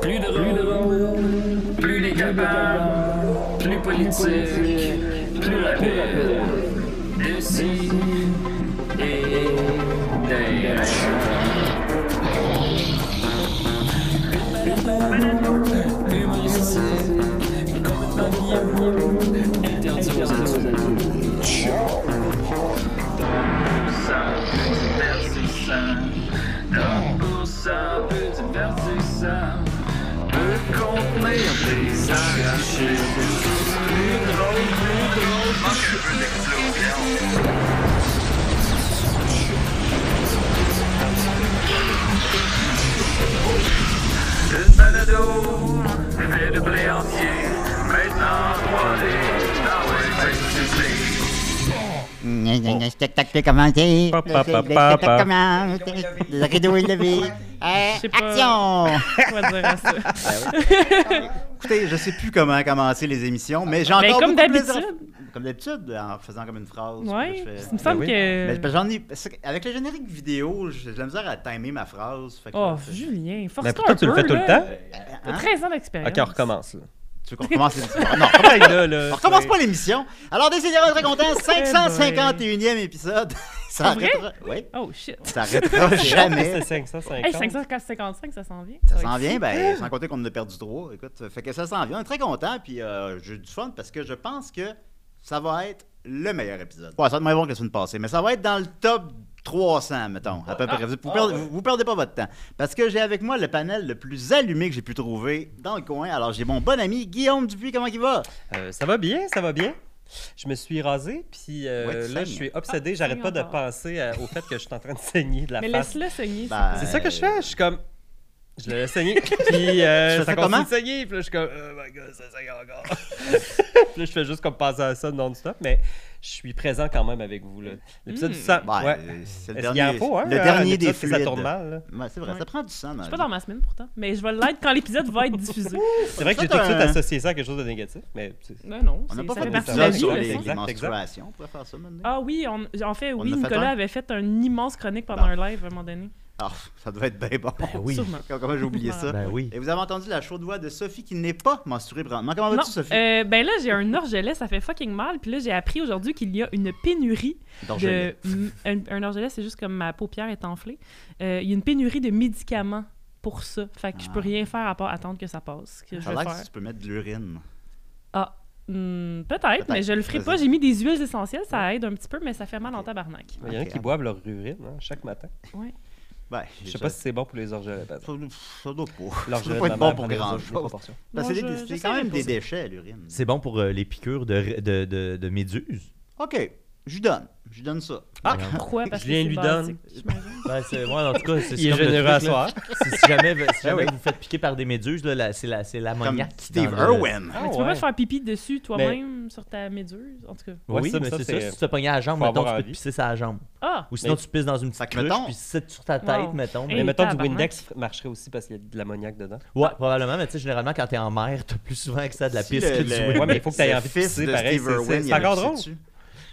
Plus drôle, plus décapable, plus politique, plus rapide. D'ici et d'ailleurs. Humoristique, complètement interdit aux adultes. Ça peut divertissant, donc pour ça peut divertissant, peut contenir des archives. Plus drôle, plus drôle, manque un peu d'explosion. Une balado, fait de blé entier, maintenant 3D, dans les festivals. Le spectacle commence. Le Pa, pa, pa, pa, spectacle pa. commence. Le rideau est levé. Euh, Je sais pas. Action! Quoi dire à ça? Écoutez, je sais plus comment commencer les émissions, mais j'ai encore. Mais comme beaucoup de plaisir- d'habitude. Comme d'habitude, en faisant comme une phrase. Ouais, puis là, je fais- il me semble Ben oui. que. Mais parce que j'en ai- parce que Avec le générique vidéo, j'ai de la misère à timer ma phrase. fait que- Oh, Julien, force-toi. Mais pourquoi un tu le peu, fais tout le là. temps? Hein? T'as 13 ans d'expérience. Ok, on recommence. Là. Tu veux qu'on recommence l'émission? Non, on Hey, là, là, on recommence c'est- pas l'émission. Alors, Décidément, très content, 551e épisode. Ça vrai? arrêtera. Oui, Oh shit. ça arrêtera jamais. C'est 550. Hey, 555, ça s'en vient. Ça va s'en être vient, fou. ben, sans compter qu'on en a perdu trois. Écoute, ça fait que ça s'en vient. On est très content, puis euh, j'ai du fun parce que je pense que ça va être le meilleur épisode. Ouais, ça va être moins bon que la semaine passée, mais ça va être dans le top 300, mettons, à peu près. Vous, perdez, vous perdez pas votre temps. Parce que j'ai avec moi le panel le plus allumé que j'ai pu trouver dans le coin. Alors, j'ai mon bon ami Guillaume Dupuis, comment il va? Euh, ça va bien, ça va bien. Je me suis rasé, puis euh, Ouais, tu là, saignes. je suis obsédé. Ah, J'arrête pas de encore. penser à- au fait que je suis en train de saigner de la Mais face. laisse-le saigner. Ben, C'est ça que je fais. Je suis comme. Je le laisse saigner. Puis euh, Tu fais ça ça comment? continue de saigner. Puis là, je suis comme. Oh my god, ça saigne encore. puis là, je fais juste comme penser à ça non-stop. Mais je suis présent quand même avec vous. là. L'épisode Mm. du sang. Ben, ouais. C'est le Est-ce qu'il y en dernier, faut, hein? le un dernier épisode des que fluides. Ça tourne mal. là? Ouais, c'est vrai, Ouais. ça prend du sang. Je suis pas dans ma semaine pourtant, mais je vais l'être quand l'épisode va être diffusé. C'est vrai que j'ai Faites tout de suite un- associé ça à quelque chose de négatif. Mais c'est- Non, non, On n'a c'est- pas ça fait fait de partie de la épisode vie. sur le les, ça. sang. les Exact, exact. menstruations. On pourrait faire ça maintenant. Ah oui, on- en fait, oui, en a fait Nicolas un. avait fait un immense chronique pendant Bon. un live à un moment donné. Ah, ça devait être bien bon. Sûrement. Comment comment j'ai oublié ça? Ben oui. Et vous avez entendu la chaude voix de Sophie qui n'est pas menstruée présentement. Comment Non, vas-tu, Sophie? euh, ben là, j'ai un orgelet, ça fait fucking mal. Puis là, j'ai appris aujourd'hui qu'il y a une pénurie de. D'orgelet. Mm, Un, un orgelet, c'est juste comme ma paupière est enflée. Euh, Il y a une pénurie de médicaments pour ça. Fait que je peux Ah. rien faire à part attendre que ça passe. Que je Ça a vais l'air faire. que tu peux mettre de l'urine. Hmm, Peut-être, mais Peut-être. je le ferai pas. Vas-y. J'ai mis des huiles essentielles, ça aide un petit peu, mais ça fait mal en tabarnak. Il y en a Ok, qui hein. boivent leur urine hein, chaque matin. Ben, Je sais pas si c'est bon pour les orgelets. par exemple. Ça ça doit pas. Leur Ça doit gelée pas de ma être bon mère pour prend des- grand des chose. proportions. Parce que Bon, c'est je- des- c'est j'essaie quand même de des poser. déchets, l'urine. C'est bon pour euh, les piqûres de, de, de, de méduses. OK, je lui donne. Je lui donne ça. Ah! Pourquoi? Parce que Julien c'est lui basique, j'imagine. Ben, c'est, ouais, en tout cas, c'est Il est comme le généreux truc, à là. soir. Ah Si, si jamais, si jamais Ah oui. vous faites piquer par des méduses, là, la- c'est, la, c'est Comme l'ammoniaque. Steve dans le- Irwin. Ah Mais tu peux pas te faire pipi dessus toi-même sur ta méduse, en tout cas. Oui, Ouais, ça, mais ça, c'est c'est- ça. Si tu te pognes à la jambe, faut mettons, avoir tu peux te envie. pisser sa jambe. Ah! Ou sinon, Mais- tu pisses dans une Fait petite que cruche, mettons- puis c'est sur ta tête, Wow. mettons. Et- Mais mettons du tabarnak. Windex f- marcherait aussi parce qu'il y a de l'ammoniac dedans. Ouais, probablement, mais tu sais, généralement, quand t'es en mer, t'as plus souvent accès à de la Si pisse que le- du le- Windex. Ouais, mais il faut que t'aies le envie de fils pisser, de pareil, Steve c'est- Irwin, c'est il avait encore pissé drôle. dessus.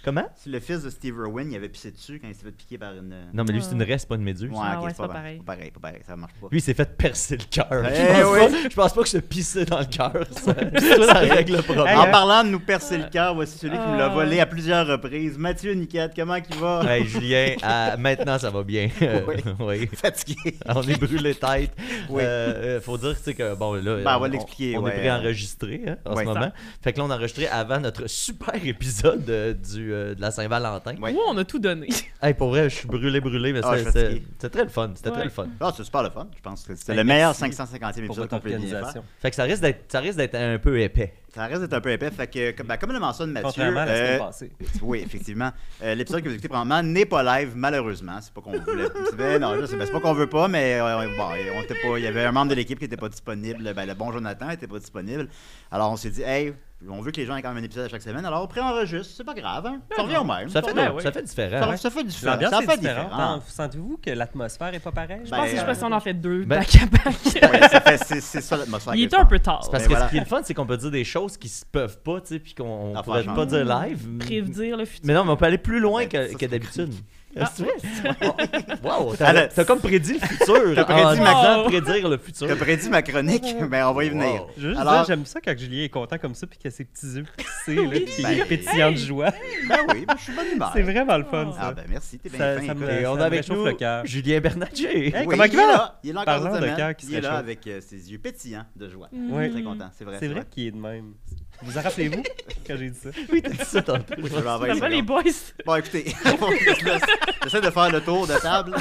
Comment? Si le fils de Steve Irwin, il avait pissé dessus quand il s'est fait piquer par une... Non, mais lui, c'est une raie, c'est pas une méduse. ok, Ah ouais, c'est pas pareil. Pas pareil, pas pareil, ça marche pas. Lui, il s'est fait percer le cœur. Eh je, pense oui. pas- je pense pas que se pisser dans le cœur, ça, ça règle le problème. Hey, en hein. Euh. parlant de nous percer le cœur, voici celui qui me l'a Ah. volé à plusieurs reprises. Mathieu Niquette, comment qu'il va? Hey Julien, euh, maintenant ça va bien. Euh, Oui. oui. Fatigué. On est brûlé tête. Oui. Euh, euh, faut dire tu sais, que bon là, Ben, on va on, l'expliquer, on ouais. euh, est préenregistré hein, en Ouais. ce moment. Fait que là on a enregistré avant notre super épisode euh, du, euh, de la Saint-Valentin. Ouais. Ouh, on a tout donné. Hey, pour vrai, je suis brûlé brûlé, mais Ah, ça, je suis c'était fatigué. c'était très le fun. C'était Ouais. très le fun. Ah, c'est super le fun. Je pense que c'était Ben, le meilleur merci 550e Pour épisode votre qu'on peut bien faire. organisation. Fait que ça risque d'être ça risque d'être un peu épais. Ça reste d'être un peu épais. Fait que, comme, ben, comme le mentionne Mathieu, Contrairement à la euh, semaine passée. oui, effectivement, euh, l'épisode que vous écoutez probablement n'est pas live, malheureusement. C'est pas qu'on voulait. Ben, non, je sais, ben, c'est pas qu'on veut pas, mais euh, bon, on était pas. Il y avait un membre de l'équipe qui n'était pas disponible. Ben, le bon Jonathan était pas disponible. Alors, on s'est dit, hey, on veut que les gens aient quand même un épisode à chaque semaine. Alors, on préenregistre. C'est pas grave. Hein? Ça revient au même. Ça fait Ben du- oui. ça fait différent. Ça, hein. ça fait du fun. L'ambiance Ça est fait différente. différent. Hein, Sentez-vous que l'atmosphère est pas pareille? Je pense que je euh, sais pas si on en fait deux ben- back à back. Ouais, ça fait- c'est- c'est ça l'atmosphère. Il que était je un pense. peu tard. C'est parce Ben que voilà. ce qui est le fun, c'est qu'on peut dire des choses qui se peuvent pas, tu sais, puis qu'on Ah, pourrait franchement. pas dire live. Prévenir le futur. Mais non, mais on peut aller plus loin Ouais, ça, que, c'est que d'habitude. Est-ce que tu vois? Ah, Wow, Elle t'as a- t'as comme prédit le futur. Ah, T'as prédit en ma- disant prédire le futur. T'as prédit ma chronique, mais on va y venir. Wow. Je veux juste Alors- dire, j'aime ça quand Julien est content comme ça, puis qu'il a ses petits yeux pissés, là, puis qu'il est Ben, pétillant de hey. joie. Ben oui, ben, je suis bonne humeur. C'est vraiment le fun, ça. Ah ben merci, t'es bien Ça- fin. ça me- écoute. Et Ça on me a avec réchauffe nous le cœur. Julien Bernadier. Hey, Oui, comment il il va? est là, il est là encore Parlant cette de semaine. cœur qui se il est là réchauffe. avec euh, ses yeux pétillants de joie. Oui. Très content, c'est vrai. C'est vrai qu'il est de même. Vous en rappelez-vous quand j'ai dit ça? Oui, t'as dit ça tantôt. Oui, je vais envoyer Ça va, les les gars. boys? Bon, écoutez, on se laisse. j'essaie de faire le tour de table.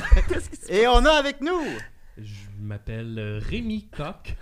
Et on a avec nous. Je m'appelle euh, Rémi Coq.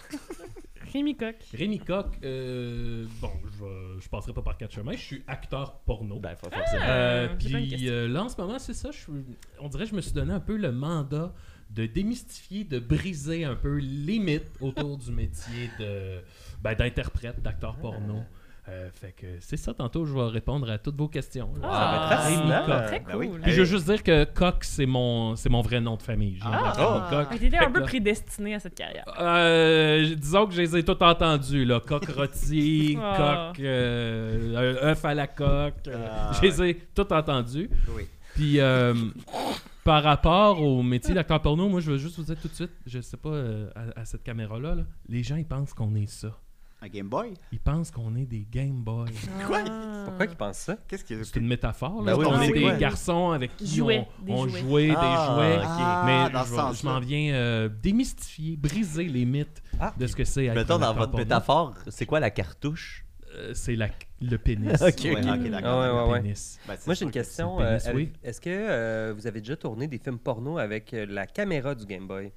Rémi Coq. Rémi Coq, euh, bon, je, vais- je passerai pas par quatre chemins. Je suis acteur porno. Ben, faut forcément. Euh, j'ai pas une puis question. euh, là, en ce moment, c'est ça. je suis- on dirait que je me suis donné un peu le mandat de démystifier, de briser un peu les mythes autour du métier de ben, d'interprète, d'acteur porno. Euh, fait que c'est ça. Tantôt, je vais répondre à toutes vos questions. là. Ah. Ah, Ça va être fascinant. Rémi Coq. Très Ben oui. cool. Puis je veux juste dire que Coq, c'est mon, c'est mon vrai nom de famille. J'ai un Ah. nom de Coq. Fait que T'étais un Fait que peu là- prédestiné à cette carrière. Ah, Euh, j- disons que je les ai tous entendus, là. Coq rôti, Ah. coq, euh, un œuf à la coque. euh, Ah, je les ai tous entendus. Oui. Puis, euh, par rapport au métier d'acteur porno, moi, je veux juste vous dire tout de suite, je sais pas, euh, à, à cette caméra-là, là, les gens, ils pensent qu'on est ça. Un Game Boy? Ils pensent qu'on est des Game Boys. Quoi? Ah. Pourquoi qu'il pense ça? Qu'est-ce qu'il C'est une métaphore, là. Ben oui, on mais est c'est des quoi? garçons avec qui Jouets, on- des on, jouets. jouait Ah, des jouets. ok. Ah, Mais dans ce je vais- je sens-là. m'en viens euh, démystifier, briser les mythes Ah. de ce que c'est être Mettons un dans acteur votre porno. métaphore, c'est quoi la cartouche? Euh, c'est la, le pénis. Ok, Ouais, ok. le ok, d'accord. Ah ouais, ouais, ouais. pénis. Ben, c'est Moi, j'ai sûr une que- question. c'est le pénis, euh, oui. Est-ce que euh, vous avez déjà tourné des films porno avec euh, la caméra du Game Boy?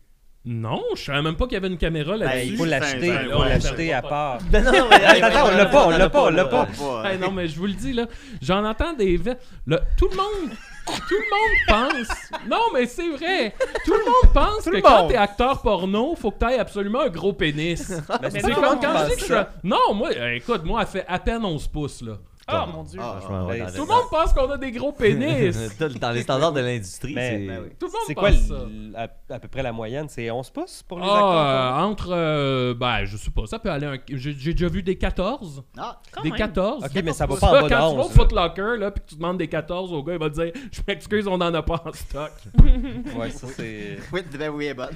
Non, je savais même pas qu'il y avait une caméra Ben, là-dessus. Il faut c'est l'acheter. un- Il faut ben, ouais, l'acheter ça- à part. Ben non, mais Attends, attends, on l'a pas, on l'a pas, on l'a Pas, pas. pas, Hey, non, mais je vous le dis, là, j'en entends des... ve- le- tout le monde... Tout le monde pense. Non, mais c'est vrai. Tout le monde pense que le quand monde. t'es acteur porno, faut que t'aies absolument un gros pénis. Ben, C'est tout le comme monde quand pense je dis que je ça. suis- Non, moi, euh, écoute, moi, elle fait à peine 11 pouces, là. Oh mon dieu. Ah, Franchement, ouais, Ben, dans Tout le les- monde pense qu'on a des gros pénis. Dans- dans les standards de l'industrie, Mais- c'est. Ben oui. Tout le monde C'est pense quoi ça. l- à, à peu près la moyenne? C'est 11 pouces pour les acteurs? Ah, euh, entre. euh, ben, je sais pas, ça peut aller. un- J'ai j'ai déjà vu des 14. Ah, Quand des même. 14. Ok, mais ça va Tu pas en vois, bas de Quand tu vas au 11, Foot Locker, là, puis que tu demandes des 14 au gars, il va te dire Je m'excuse, on en a pas en stock. euh, Ouais, ça c'est. oui, ben oui, ben.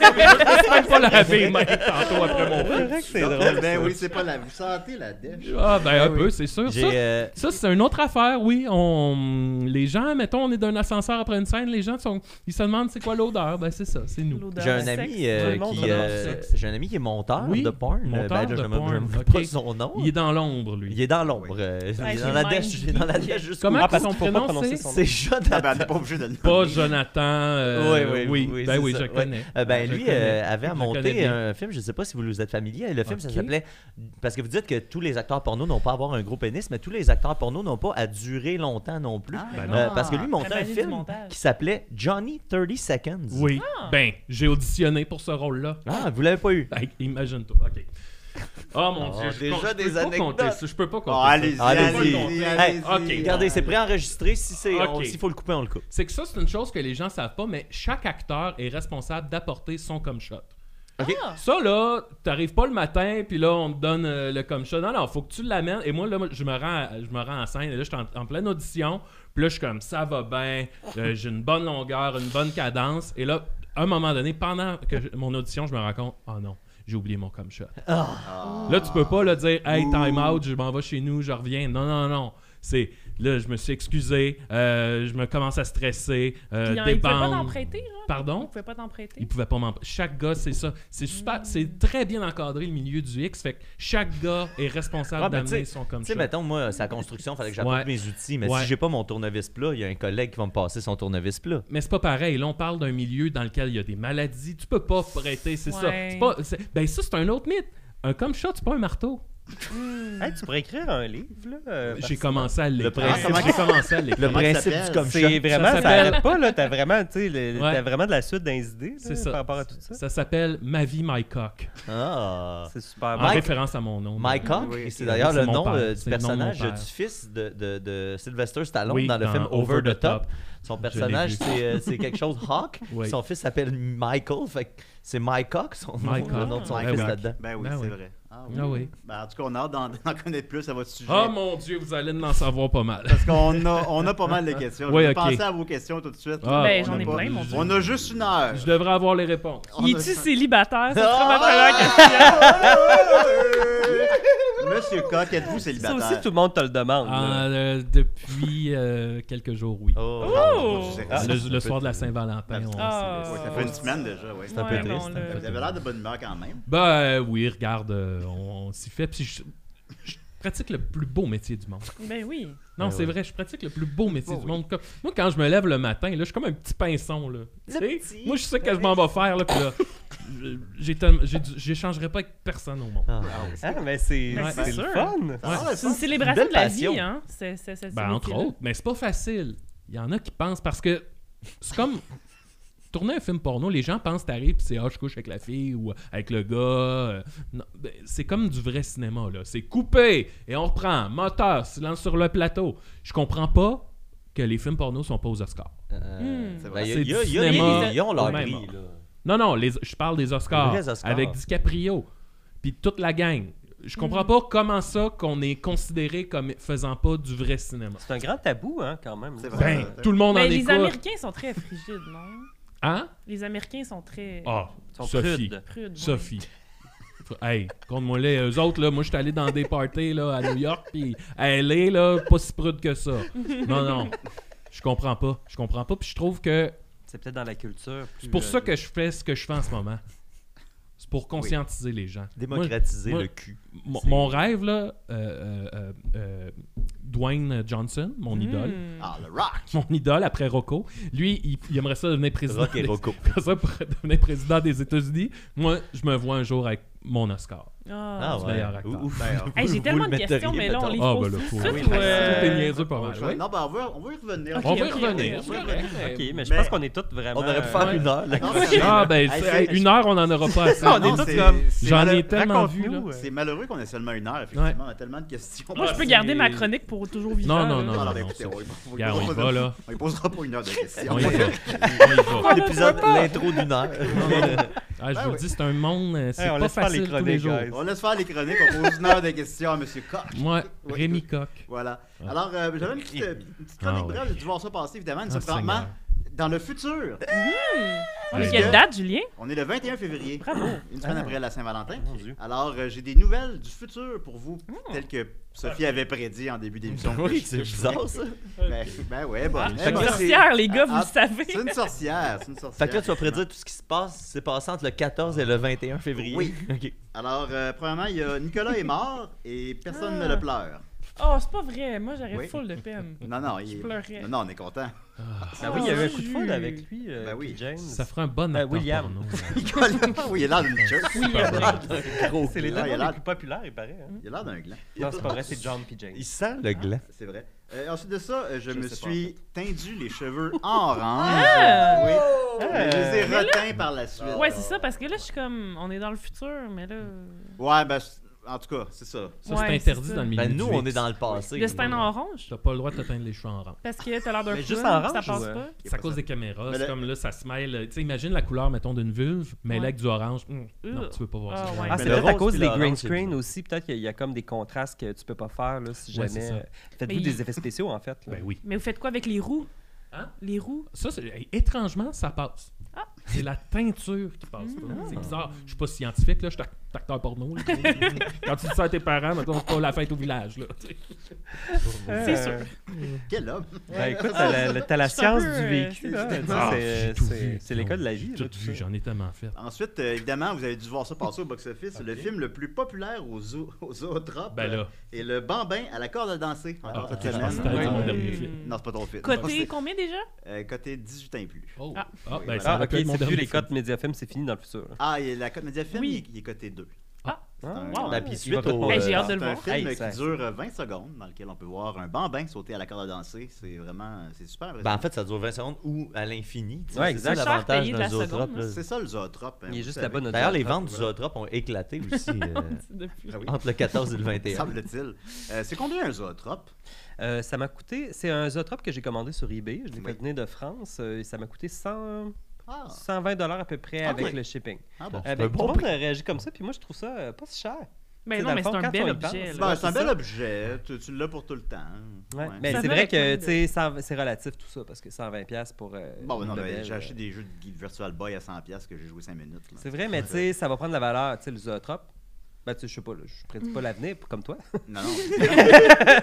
C'est même pas laver les mains tantôt après mon C'est vrai que c'est drôle. Ben oui, c'est pas la. Vous sentez la dèche? Ah, ben, un peu, c'est sûr. Ça, J'ai. euh, Ça, c'est une autre affaire, oui. On... Les gens, mettons, on est d'un ascenseur après une scène, les gens sont... ils se demandent c'est quoi l'odeur. Ben, c'est ça, c'est nous. L'odeur J'ai un du sexe. ami euh, Tout le monde qui parle de euh, sexe. j'ai un ami qui est monteur Oui, de porn. monteur ben, là, de je me- je porn, me- ok. pas son nom. Il est dans l'ombre, lui. Il est dans l'ombre. euh, il Ouais, est c'est dans la le dèche. même. Il est dans la dèche jusqu'au Comment Ah, que parce son qu'on peut pas prénom, prononcer c'est- son nom. C'est Ah, Jonathan. ben, on est pas obligé de le Pas nommer. Jonathan. euh, Oui, oui, oui, Ben c'est oui, ça, je ouais. connais. Euh, ben Je lui connais. euh, avait à Je connais monter bien. un film, je sais pas si vous vous êtes familier, le film ça Ok. s'appelait parce que vous dites que tous les acteurs porno n'ont pas à avoir un gros pénis, mais tous les acteurs porno n'ont pas à durer longtemps non plus. Ah, Ben non. Euh, parce que lui montait La un magie du film montage. qui s'appelait Johnny 30 Seconds. Oui. Ah. Ben, j'ai auditionné pour ce rôle-là. Ah, vous l'avez pas eu. Hey, Imagine-toi. OK. Oh mon Oh, dieu, je déjà compte- je des peux pas anecdotes. compter ça, Je peux pas compter. Oh, ça. allez-y, Ah, allez-y. allez-y, allez-y. Ok, Regardez, c'est préenregistré. Si c'est, on- Ah. Ok. s'il faut le couper, on le coupe. C'est que ça, c'est une chose que les gens savent pas, mais chaque acteur est responsable d'apporter son comme shot. Ça, là, t'arrives pas le matin, puis là, on te donne euh, le comme shot. Non, non, faut que tu l'amènes. Et moi, là, moi, je me rends, à- je me rends en scène, et là, je suis en, en pleine audition, puis là, je suis comme, ça va bien, euh, j'ai une bonne longueur, une bonne cadence. Et là, à un moment donné, pendant que je- mon audition, je me rends compte, oh non. J'ai oublié mon comme shot. Ah, Ah, Là, tu peux pas là, dire Hey, time out, je m'en vais chez nous, je reviens. Non, non, non. C'est là, je me suis excusé, euh, je me commence à stresser, euh, Puis, hein, Il pouvait pas t'en débande. prêter, genre. Il Pardon? pouvait pas t'en prêter. Il pouvait pas m'en. Chaque gars, c'est ça. C'est Hmm. super. C'est très bien encadré le milieu du X. Fait que chaque gars est responsable Ah, ben, d'amener tu sais- son comme Tu sais, shot. mettons, moi, sa construction, il fallait que j'apporte Ouais. mes outils. Mais Ouais. si j'ai pas mon tournevis plat, il y a un collègue qui va me passer son tournevis plat. Mais c'est pas pareil. Là, on parle d'un milieu dans lequel il y a des maladies. Tu peux pas prêter, c'est ça. Ouais. C'est pas- c'est- Ben, ça, c'est un autre mythe. Un comme shot, c'est pas un marteau. ben, Hey, tu pourrais écrire un livre, là. euh, J'ai commencé à l'écrire. principe- J'ai commencé à l'écrire. Le Comment principe ça du comme shot. C'est vraiment, ça, s'appelle- arrête pas, là. T'as vraiment, tu sais, le- Ouais. t'as vraiment de la suite dans les idées, là, C'est ça. par rapport à tout ça. Ça s'appelle Ma vie, my cock. Ah. C'est super En bon. Mike- référence à mon nom. Mike Hawk, Oui, c'est d'ailleurs c'est le mon nom père. euh, du C'est le nom de mon personnage euh, père. du fils de, de, de Sylvester Stallone Oui, dans le dans film Over the, top. Son Je personnage, l'ai vu. c'est euh, c'est quelque chose Hawk. Oui. Son fils s'appelle Michael. Fait que c'est Mike Hawk, son nom, Mike le Hawk. nom de son Mike fils Hawk. là-dedans. Ben oui, Ben c'est oui. vrai. Ah Ah oui. Ben, en tout cas, on a hâte d'en d'en connaître plus à votre sujet. Oh mon Dieu, vous allez en savoir pas mal. Parce qu'on a, on a pas mal de questions. Oui, Je vais ok. penser à vos questions tout de suite. Ah, Ben, On j'en a ai pas- plein, mon Dieu. On a juste une heure. Je devrais avoir les réponses. On a- Il est-tu Ah, célibataire? Ah! Ça serait ma première question. Monsieur Coq, êtes-vous Ça célibataire? aussi, tout le monde te le demande. là. Ah, euh, depuis euh, quelques jours, oui. Oh! Je dirais- Ah, Le, le soir de la Saint-Valentin, on Ah. s'est Ouais, laissé. ça fait une semaine déjà, oui. un peu Ouais, triste, non, un le- euh, Vous avez l'air de bonne humeur quand même. Ben oui, regarde, euh, on, on s'y fait. Puis je, je pratique le plus beau métier du monde. Ben oui. Non, Ben c'est oui. Ben vrai, je pratique le plus beau métier beau, du oui. monde. Comme- Moi, quand je me lève le matin, là, je suis comme un petit pinson. Là. Tu sais, petit. Moi, je sais que je m'en vais faire. Là, puis là, je- j'ai tellement- j'ai du- j'échangerais pas avec personne au monde. Ah. Ah, mais c'est Ben, c'est c'est le sûr. fun. Ah, C'est une c'est- célébration belle de la passion. vie, hein? C'est, c'est, c'est, Ben, ce entre métier-là. autres, mais c'est pas facile. Il y en a qui pensent parce que c'est comme tourner un film porno, les gens pensent t'arrives pis c'est ah je couche avec la fille ou avec le gars. Euh, non, ben, c'est comme du vrai cinéma là, c'est coupé et on reprend, moteur, silence sur le plateau. Je comprends pas que les films porno sont pas aux Oscars. Hmm. Euh, C'est ben, vrai. il y a- il y a- C'est il du y a cinéma des- Ils ont leur même. prix, là. Non non, les, je parle des Oscars, Les vrais Oscars. avec DiCaprio puis toute la gang. Je comprends Mm. pas comment ça qu'on est considéré comme faisant pas du vrai cinéma. C'est un grand tabou, hein, quand même. C'est là. vrai. Ben, tout le monde en Ben, les écoute. Américains sont très frigides, non? Hein? Les Américains sont très Ah, Ils sont Sophie. prudes. prudes. oui. Sophie. Faut- Hey, compte-moi les eux autres, là, moi je suis allé dans des parties là, à New York, puis elle est là, pas si prude que ça. Non, non, je comprends pas, je comprends pas, puis je trouve que C'est peut-être dans la culture. euh, c'est pour ça que je fais ce que je fais en ce moment. C'est pour conscientiser les gens. Moi, Démocratiser moi- le cul. mon- mon rêve, là, euh, euh, euh, Dwayne Johnson, mon Mm. Hmm. idole, Ah, le rock! mon idole après Rocco, lui, il, il aimerait ça devenir président. Rock et des- Rocco. Ah, Ah, ça pour devenir président des États-Unis. Moi, je me vois un jour avec mon Oscar. Ah. du meilleur acteur. Ouf. Ben, Hey, j'ai Vous tellement le de questions, metteriez, mais là, on les mettons. Ah, pose ben là, tout de faut- suite. oui, ou, euh, Tout est niaiseux pas mal, oui. Non, ben, on va, on va y revenir. On Ok, va y ok, revenir. ok, on va y ok. revenir. Ok, mais je Mais- pense qu'on est tous vraiment. euh, On aurait pu faire Ouais. une heure. là. Non, Ah, ben, Hey, c'est- c'est- hey, une heure, Ah, on n'en aura pas assez. On est Non, tous c'est- comme- c'est J'en malheureux. ai tellement vu. Raconte-nous, là. euh. C'est malheureux qu'on ait seulement une heure, effectivement. On a tellement de questions. Moi, je peux garder ma chronique pour toujours vivre. Ah, Non, non, non. Alors, non, écoutez, c'est- on, on- Regarde, on on y posera- va, là. on y posera pas une heure de questions. On y va. Ben On y va. Ah, L'épisode, l'intro d'une heure. Ah, je Ben vous oui. dis, c'est un monde, euh, c'est Hey, on pas laisse faire les facile tous les chroniques, jours. guys. On laisse faire les chroniques, on pose une heure de questions à Monsieur Coq. Moi, Ouais. Rémi Coq. Voilà. Ah. Alors, euh, j'avais une petite, une petite chronique Ah, ouais. brève, j'ai dû voir ça passer, évidemment, mais Ah, surprenamment, Seigneur. dans le futur. On est Parce quelle que date, Julien? On est le 21 février, une Ah. semaine après la Saint-Valentin. Mon Dieu. Alors, euh, j'ai des nouvelles du futur pour vous, Hmm. telles que Sophie avait prédit en début d'émission. Ben Oui, c'est bizarre ça. Ben, ben ouais, bon. eh Fait ben, que là, c'est- Ah, Sorcière, les gars, vous Ah, le savez. C'est une sorcière, c'est une sorcière. Fait que là, tu vas prédire tout ce qui se passe, s'est passé entre le 14 et le 21 février. Oui. Ok. Alors, euh, premièrement, il y a Nicolas est mort et personne ne Ah. le pleure. Oh, c'est pas vrai. Moi, j'aurais Oui. full de peine. Non, non, il est... pleurais. non, non, on est content. Ah oui, il y a eu un coup de foudre avec lui, euh, Ben oui. puis James. Ça fera un bon Ben, acteur William. porno. Nicolas, oui, il a l'air d'une church. Oui, après. Gros C'est les deux Ah, noms il a les l'air- plus populaires, il paraît. hein. Il a l'air d'un gland. Non, c'est pas vrai, c'est John puis James. Il sent le gland. C'est vrai. Euh, ensuite de ça, euh, je, Je me sais pas, suis teindu les cheveux en orange. Ah! Oui. Ah! Mais Je les ai reteints par la suite. Ouais, c'est ça, parce que là, je suis comme. On est dans le futur, mais là. Ouais, ben, c- en tout cas, c'est ça. Ça, Ouais, c'est interdit c'est ça. dans le milieu. Ben, nous, du on X. est dans le passé. Le stain en orange? T'as pas le droit de te teindre les cheveux en rang. Parce que t'as l'air d'un Mais clown, juste en Ça orange, passe ouais. pas. C'est à cause des caméras. Mais C'est le- comme là, ça se mêle. euh, Tu sais, imagine la couleur, mettons, d'une vulve, mais là, Ouais. avec du orange. Hum, Non, Ugh. tu veux pas voir Ah, ça. ouais. Ah, Mais c'est le peut-être à rose cause puis des le green orange, c'est screen dur. aussi. Peut-être qu'il y a comme des contrastes que tu peux pas faire là, si Ouais, jamais. euh, c'est ça. Mais Faites-vous il- des effets spéciaux en fait. là. Ben oui. Mais vous faites quoi avec les roues? Hein? Les roues? Ça, c'est- hey, étrangement, ça passe. Ah. C'est la teinture qui passe. pas. Hmm. C'est bizarre. Je suis pas scientifique, là. Je suis ac- acteur porno. là. Quand tu dis ça à tes parents, mettons, c'est pas la fête au village, là. tu sais. C'est sûr. Quel homme! Euh, Ben écoute, t'as la, la- t'as la Je suis un science peu, du euh, vécu. là. c'est- Tu sais, Ah, c'est- j'ai tout Euh, c'est- vu. C'est l'école de la vie. J'ai là, tout tout vu. ça. J'en ai tellement fait. Ensuite, euh, évidemment, vous avez dû voir ça passer au box-office. Le film le plus populaire aux, zoo- aux zootropes Ben là. euh, Ah. et le bambin à la corde à danser. Alors, Ah, cette ok, je semaine. pensais que t'allais dire mon Ouais. dernier film. Non, c'est pas ton film. Côté combien déjà? Euh, côté 18 ans et plus. Oh. Ah. Ah, ben, ça Ah, aurait ok, pu être mon c'est vu dernier les film. cotes Mediafilm, c'est fini dans le futur. là. Ah, et la cote média film, Oui. il est côté 2. Ah, C'est un- wow. Ben, puis Il suite va au- pas- Hey, j'ai hâte de C'est le un voir. film qui Hey, ça- dure euh, 20 secondes, dans lequel on peut voir un bambin sauter à la corde à danser. C'est vraiment, c'est super Ben, impressionnant. en fait, ça dure 20 secondes ou à l'infini. tu sais, Ouais, c'est ça exact. Cher l'avantage payé de d'un la zootrope. seconde, là. c'est ça le zootrope. hein, Il est vous juste savez. là-bas notre. D'ailleurs, les zootrope, ventes du voilà. zootrope ont éclaté aussi euh, Depuis. Ah oui, entre le 14 et le 21. semble-t-il. Euh, c'est combien un zootrope? Euh, ça m'a coûté. C'est un zootrope que j'ai commandé sur eBay. Je l'ai Oui. fait venir de France. euh, et ça m'a coûté 100 Ah, 120 dollars à peu près Ah avec oui. le shipping. ah bon. C'est Avec, un bon tout le monde prix. réagit comme ça, puis moi je trouve ça euh, pas si cher. Mais C'est Ben non, dans mais le fond, c'est un quand on bel y pense, objet. là. Ben, Ouais, c'est un c'est bel ça. objet. Tu, tu l'as pour tout le temps. Ouais, Ouais. Mais Ça c'est vaut la vrai que peine tu de- sais, cent- c'est relatif tout ça, parce que 120$ pour. euh, Bon, ben, non, une ben, belle, j'ai euh, acheté des jeux de Guild Virtual Boy à 100$ que j'ai joué 5 minutes. là. C'est vrai, mais tu sais, ça va prendre la valeur. Tu sais, le zootrope, ben, tu sais, je sais pas, là, je prédis Mm. pas l'avenir p- comme toi. Non, non.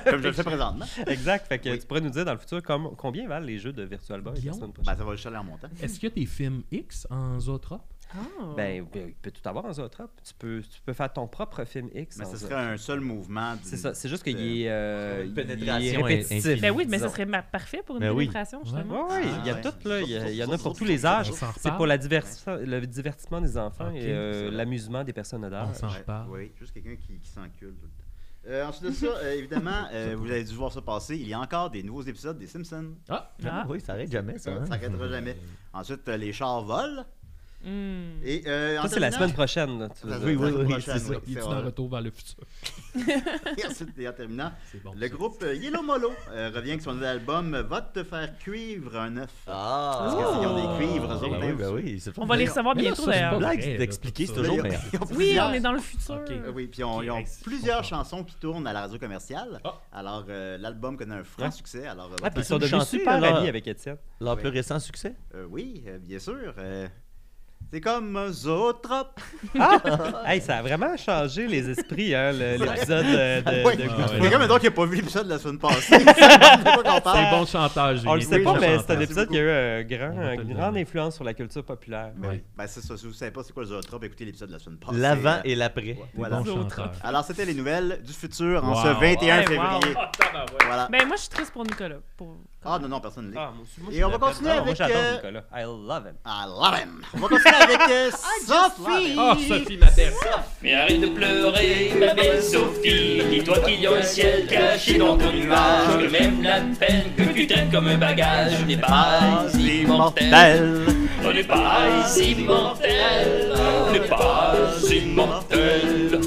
Comme je le fais présentement. exact. Fait que Oui. tu pourrais nous dire dans le futur comme, combien valent les jeux de Virtual Boy la Guillaume? semaine prochaine. Ben, ça va le chaler en montant. Est-ce qu'il y a des films X en zootrope? Ah. Ben, ben, il peut tout avoir en zootrope. Tu peux, tu peux faire ton propre film X. Mais en ce zootrope. serait un seul mouvement. d'une- C'est ça, c'est juste qu'il est, euh, Une il est pénétration répétitif. infinie. Ben oui, mais ça disons. serait ma- parfait pour une Ben oui. pénétration, Ouais, justement. ouais, Ah, il y a ouais. tout, là. Il y, a- il y en a Surtout, pour surtout, tous les âges. on s'en C'est reparle. pour la diversi- le divertissement des enfants Ok, et euh, ça va. l'amusement des personnes d'âge. On s'en Ouais, reparle. Oui, juste quelqu'un qui, qui s'encule tout le temps. Euh, ensuite de ça, euh, évidemment, euh, vous avez dû voir ça passer. Il y a encore des nouveaux épisodes des Simpsons. Ah! Ah. Oui, ça arrête jamais, ça. Ça hein. s'arrêtera jamais. Ensuite, euh, les chars volent. Hmm. Et, euh, en Ça, c'est la terminant- semaine prochaine. là, tu veux dire. Ça, c'est la oui, semaine oui, prochaine, c'est ça. Il est c'est dans vrai. Retour vers le futur. Et ensuite, et en terminant, C'est bon. le ça. groupe euh, Yellow Molo euh, revient avec son nouvel album Va te faire cuivre un œuf. Parce Ah! qu'ils ont des cuivres, eux Ben autres. oui, hein, ben aussi. oui, c'est On va les recevoir Mais là, bientôt, Ben ça, c'est pas d'ailleurs. vrai, Blague là, d'expliquer, tout c'est ça. toujours Ils ont- meilleur. ils ont Oui, plusieurs- on est dans le futur. Ok. Euh, Oui, puis on- Ok, ils ont nice, je plusieurs comprends. chansons qui tournent à la radio commerciale. Ah. Alors, euh, l'album connaît un franc succès. Alors, euh, Ah, va puis te ils sont Une devenus chanteuse, super alors. amis avec Étienne. Leur Oui. plus récent succès? Euh, oui, euh, bien sûr. euh, c'est comme un zootrope. Ah! hey, ça a vraiment changé les esprits, hein, le- l'épisode euh, de, Oui. de Ah, ouais. Il y a comme un gars qui n'a pas vu l'épisode de la semaine passée. Il sait pas de quoi qu'on C'est parle. bon chantage, Julien. Ah, On le sait Oui, pas, je mais l'entends. c'est un épisode qui a eu un grand, On va te une le grande donner. influence sur la culture populaire. Ouais. Ben, c'est ça. Si vous ne savez pas c'est quoi le zootrope, écoutez l'épisode de la semaine passée. L'avant Euh, et l'après. Voilà. Bon chanteur. Alors, c'était les nouvelles du futur en Wow. ce 21 Ouais, wow. février. Voilà. Ben, moi, je suis triste pour Nicolas. Pour... Ah non, non, personne ne l'est. Ah, moi aussi, moi, Et je on va l'appelle. continuer Ah, Moi, avec, euh, j'adore Nicolas. I love him. I love him. On va continuer avec euh, Sophie. Ah, Sophie, ma belle. Mais arrête de pleurer, ma belle Sophie. Dis-toi qu'il y a un ciel caché dans ton nuage. Que même la peine que tu traînes comme un bagage n'est pas immortel. Immortel. On n'est pas immortel. On n'est pas immortel.